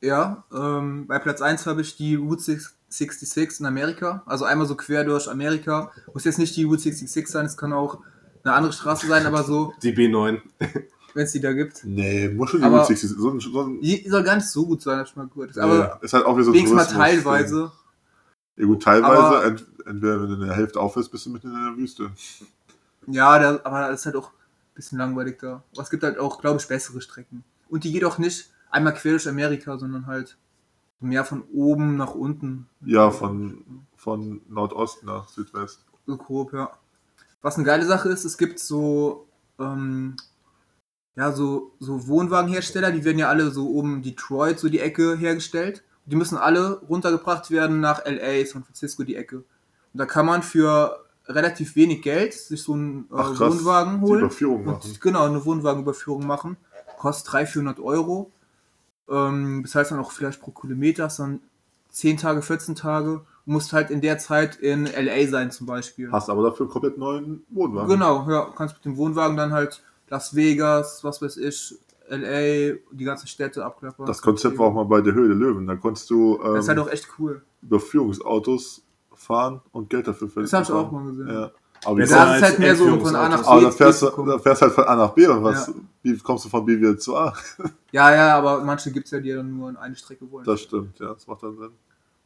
Ja, ähm, bei Platz 1 habe ich die Route 6- 66 in Amerika. Also einmal so quer durch Amerika. Muss jetzt nicht die Route 66 sein, es kann auch eine andere Straße sein, aber so, Die B9. wenn es die da gibt. Nee, muss schon die Aber- Route 66. So ein, so ein, Die soll gar nicht so gut sein, hab ich mal gehört. Aber ja, ist halt auch wieder so ein wenigstens mal Tourismus-Ding. teilweise. Ja, gut, teilweise. Aber- ent, entweder wenn du in der Hälfte aufhörst, bist du mitten in der Wüste. Ja, da, aber da ist halt auch ein bisschen langweilig da. Aber es gibt halt auch, glaube ich, bessere Strecken. Und die geht auch nicht einmal quer durch Amerika, sondern halt mehr von oben nach unten. Ja, von, von Nordost nach Südwest. So grob, ja. Was eine geile Sache ist, es gibt so, ähm, ja, so, so Wohnwagenhersteller, die werden ja alle so oben Detroit, so die Ecke hergestellt. Die müssen alle runtergebracht werden nach LA, San Francisco, die Ecke. Und da kann man für relativ wenig Geld sich so einen äh, Ach, krass. Wohnwagen Die holen. Überführung machen. Und, genau, eine Wohnwagenüberführung machen. Kostet 300, 400 Euro. Ähm, das heißt dann auch vielleicht pro Kilometer, ist dann 10 Tage, 14 Tage. Du musst halt in der Zeit in LA sein zum Beispiel. Hast aber dafür einen komplett neuen Wohnwagen. Genau, ja, kannst mit dem Wohnwagen dann halt Las Vegas, was weiß ich, LA, die ganzen Städte abklappern. Das Konzept war auch mal bei der Höhle der Löwen. Da konntest du Das ist halt ähm, auch echt cool. Überführungsautos fahren und Geld dafür verdienen. Das habe ich auch mal gesehen. Ja. Aber, wie Das kommst, Da ist es halt mehr so von A nach B. aber da, fährst, zu du- kommen. da fährst du halt von A nach B und was, wie kommst du von B wieder zu A? Ja, ja, aber manche gibt es ja, die dann nur in eine Strecke wollen. Das stimmt, ja, das macht dann Sinn.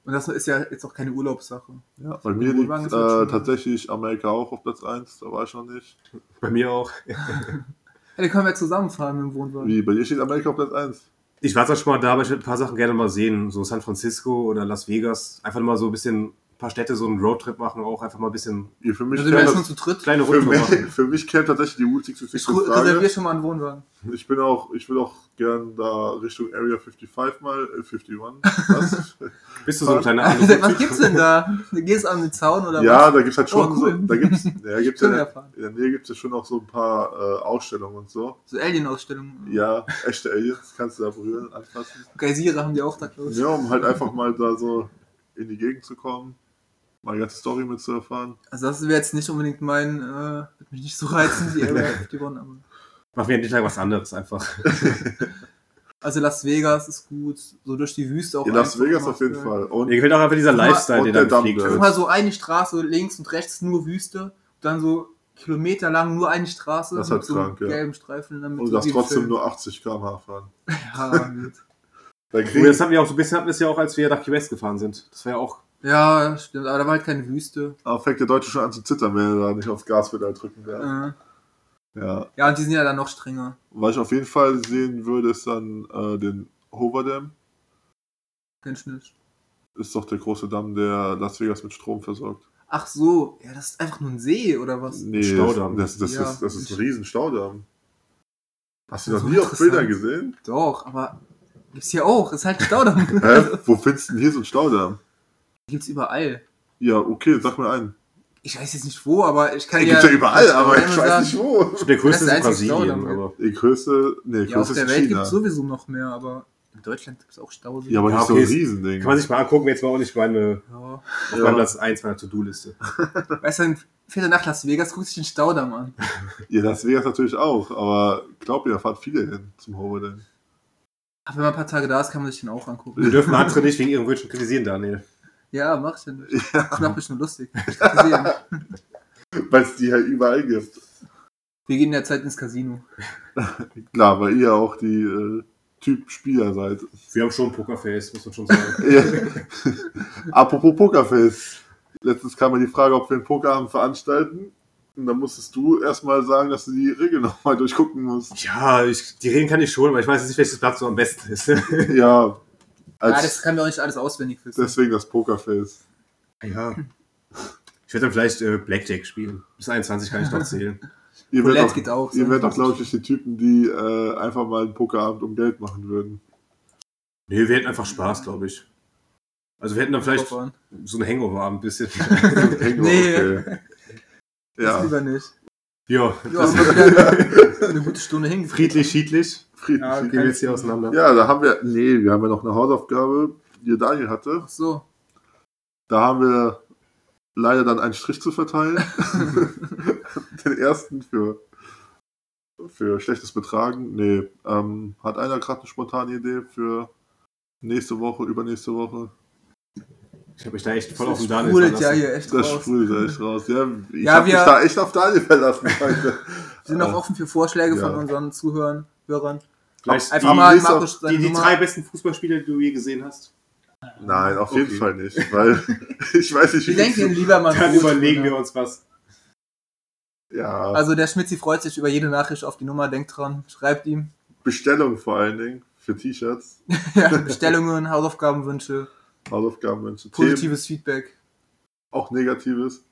Und das ist ja jetzt auch keine Urlaubssache. Ja, bei mir liegt Wohnwagen äh, ist halt schon- tatsächlich Amerika auch auf Platz 1, da war ich noch nicht. Bei mir auch. Hey, dann können wir zusammenfahren mit dem Wohnwagen. Wie, bei dir steht Amerika auf Platz 1? Ich war zwar schon mal da, aber ich würde ein paar Sachen gerne mal sehen. So San Francisco oder Las Vegas. Einfach mal so ein bisschen, ein paar Städte, so einen Roadtrip machen, auch einfach mal ein bisschen Ja, Für mich, Da sind wir käme ja schon das, zu dritt. kleine für, Rundtour machen. mich, für mich käme tatsächlich die Route 66 Ich also in reserviere Frage. schon mal einen Wohnwagen. Ich bin auch, ich will auch gern da Richtung Area 55 mal, äh, 51, (laughs) was? Bist du so ein kleiner was gibt's denn da? Du gehst an den Zaun oder ja, was? da gibt's halt schon Oh, so, cool. da gibt's, (laughs) ja, gibt's Können wir ja, erfahren. in der Nähe gibt's ja schon auch so ein paar äh, Ausstellungen und so. So Alien-Ausstellungen. Ja, echte Aliens kannst du da berühren, anfassen. Geysire haben die auch da, glaube ich. Ja, um halt einfach mal da so in die Gegend zu kommen, mal die ganze Story mit zu erfahren. Also das wäre jetzt nicht unbedingt mein, äh, wird mich nicht (laughs) so reizen, die Area 51. Aber. Machen wir an dem Tag was anderes einfach. Also Las Vegas ist gut, so durch die Wüste auch. In Las einfach Vegas gemacht auf jeden werden. Fall. Und Mir gefällt auch einfach dieser Und Lifestyle, den der der da fliegt. Dump, Guck ja. mal, so eine Straße, links und rechts nur Wüste, dann so kilometerlang nur eine Straße Das ist halt so einem krank, ja. gelben Streifen. Damit Und du darfst trotzdem nur 80 km/h fahren. (laughs) Ja, gut. Da Obwohl, kriegst Das hatten wir auch so ein bisschen, hatten wir es ja auch, als wir nach Key West gefahren sind. Das war ja auch ja, stimmt, aber da war halt keine Wüste. aber fängt der Deutsche schon an zu zittern, wenn er da nicht aufs Gaspedal drücken darf. Äh, Ja. ja, und die sind ja dann noch strenger. Was ich auf jeden Fall sehen würde, ist dann äh, den Hoverdam. Kein Schnitt. Ist doch der große Damm, der Las Vegas mit Strom versorgt. Ach so, ja, das ist einfach nur ein See oder was? Nee, Staudamm. Das, das, Ja. ist, das ist ein riesen Staudamm. Hast du Das noch ist nie auf Bildern interessant. gesehen? Doch, aber gibt's hier auch, ist halt ein (laughs) Staudamm. Hä? Wo findest du denn hier so einen Staudamm? gibt's überall. Ja, okay, sag mir einen. Ich weiß jetzt nicht wo, aber ich kann Den gibt's ja überall, aber ich kann weiß ja sagen, nicht wo. der größte Hm, Das ist der in einzige Stau Brasilien. damit. Aber Die größte, nee, Ja, auf größte der ist Welt in gibt es China. sowieso noch mehr, aber in Deutschland gibt es auch Stauseen. Ja, aber Ja, nicht so ein okay, ist- Riesending. kann man sich mal angucken, jetzt war auch nicht meine, Ja. auf Ja. meinem Platz 1 meiner To-Do-Liste. Weißt du, dann fährt er nach Las Vegas, guckt sich den Staudamm an. Ja, das wäre es natürlich auch, aber glaub mir, da fahren viele hin zum Hovedam. Aber wenn man ein paar Tage da ist, kann man sich den auch angucken. Wir dürfen andere nicht wegen ihren Wünschen kritisieren, Daniel. Ja, mach ich ja nicht. Ich mach mich nur lustig. Ich kann's sehen. Weil es die halt überall gibt. Wir gehen derzeit ins Casino. Klar, weil ihr auch die äh, Typ-Spieler seid. Wir haben schon ein Pokerface, muss man schon (laughs) sagen. Ja. (laughs) Apropos Pokerface. Letztens kam mir die Frage, ob wir einen Pokerabend veranstalten. Und dann musstest du erstmal sagen, dass du die Regel (laughs) nochmal durchgucken musst. Ja, ich, die Regeln kann ich schon, aber ich weiß jetzt nicht, welches Blatt so am besten (laughs) ist. Ja. Ja, Als, das kann mir auch nicht alles auswendig wissen. deswegen das Pokerface. ja. Ich werde dann vielleicht äh, Blackjack spielen. Bis 21 kann ich noch (laughs) zählen. Ihr Roulette werdet auch, geht auch, ihr werdet auch 27. glaube ich, die Typen, die äh, einfach mal einen Pokerabend um Geld machen (laughs) würden. Nee, wir hätten einfach Spaß, glaube ich. Also wir hätten dann vielleicht Drauf an. so einen Hangover-Abend ein (laughs) bisschen. Hangover, Nee. Also, okay. Das Ja, lieber nicht. ja, Ja, aber wieder eine gute Stunde hingekriegt. friedlich, schiedlich. Frieden. Ja, Gehen wir jetzt hier auseinander. Ja, da haben wir, nee, wir haben ja noch eine Hausaufgabe, die Daniel hatte. Ach so. Da haben wir leider dann einen Strich zu (laughs) verteilen. Den ersten für, für schlechtes Betragen. Nee, ähm, hat einer gerade eine spontane Idee für nächste Woche, übernächste Woche? Ich habe mich da echt voll auf Das den Daniel sprudelt ja verlassen. hier echt Das raus. sprudelt halt. echt raus. Ja, ich Ja, hab mich wir- da echt auf Daniel verlassen heute. Wir (laughs) sind auch offen für Vorschläge Ja. von unneren Zuhörern. Hörern. Vielleicht Einfach die, mal nächste- Markus seine die, die Nummer. drei besten Fußballspieler, die du je gesehen hast. Äh, Nein, auf jeden Okay. Fall nicht, weil (laughs) ich weiß nicht, Wir denken den lieber mal Dann gut, überlegen ne? wir uns was. Ja, Also der Schmitzi freut sich über jede Nachricht auf die Nummer, denkt dran, schreibt ihm. Bestellung vor allen Dingen für T-Shirts, (laughs) Ja, Bestellungen, Hausaufgabenwünsche, Hausaufgaben, Wünsche, Themen, positives Feedback. auch Negatives.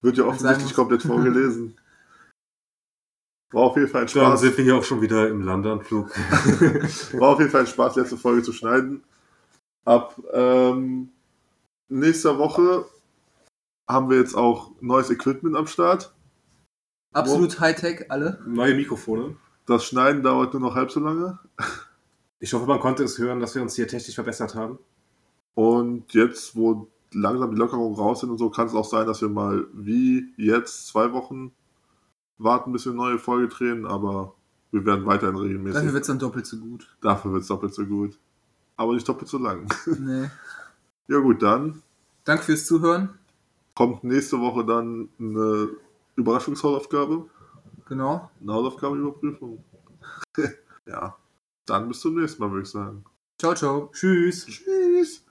Wird ja offensichtlich muss. komplett vorgelesen. War auf jeden Fall ein Dann Spaß. sind wir hier auch schon wieder im (laughs) Landeanflug. War auf jeden Fall ein Spaß, letzte Folge zu schneiden. Ab ähm, nächster Woche haben wir jetzt auch neues Equipment am Start. Absolut Hightech, alle. Neue Mikrofone. Das Schneiden dauert nur noch halb so lange. Ich hoffe, man konnte es hören, dass wir uns hier technisch verbessert haben. Und jetzt, wo langsam die Lockerungen raus sind und so, kann es auch sein, dass wir mal wie jetzt zwei Wochen warten, bis wir eine neue Folge drehen, aber wir werden weiterhin Dafür regelmäßig. wird es dann doppelt (laughs) so gut. Dafür wird es doppelt so gut. Aber nicht doppelt so lang. Nee. Ja gut, dann Danke fürs Zuhören. kommt nächste Woche dann eine Überraschungshausaufgabe. Genau. Eine (laughs) Hausaufgabenüberprüfung. ja. Dann bis zum nächsten Mal, würde ich sagen. Ciao, ciao. Tschüss. Tschüss.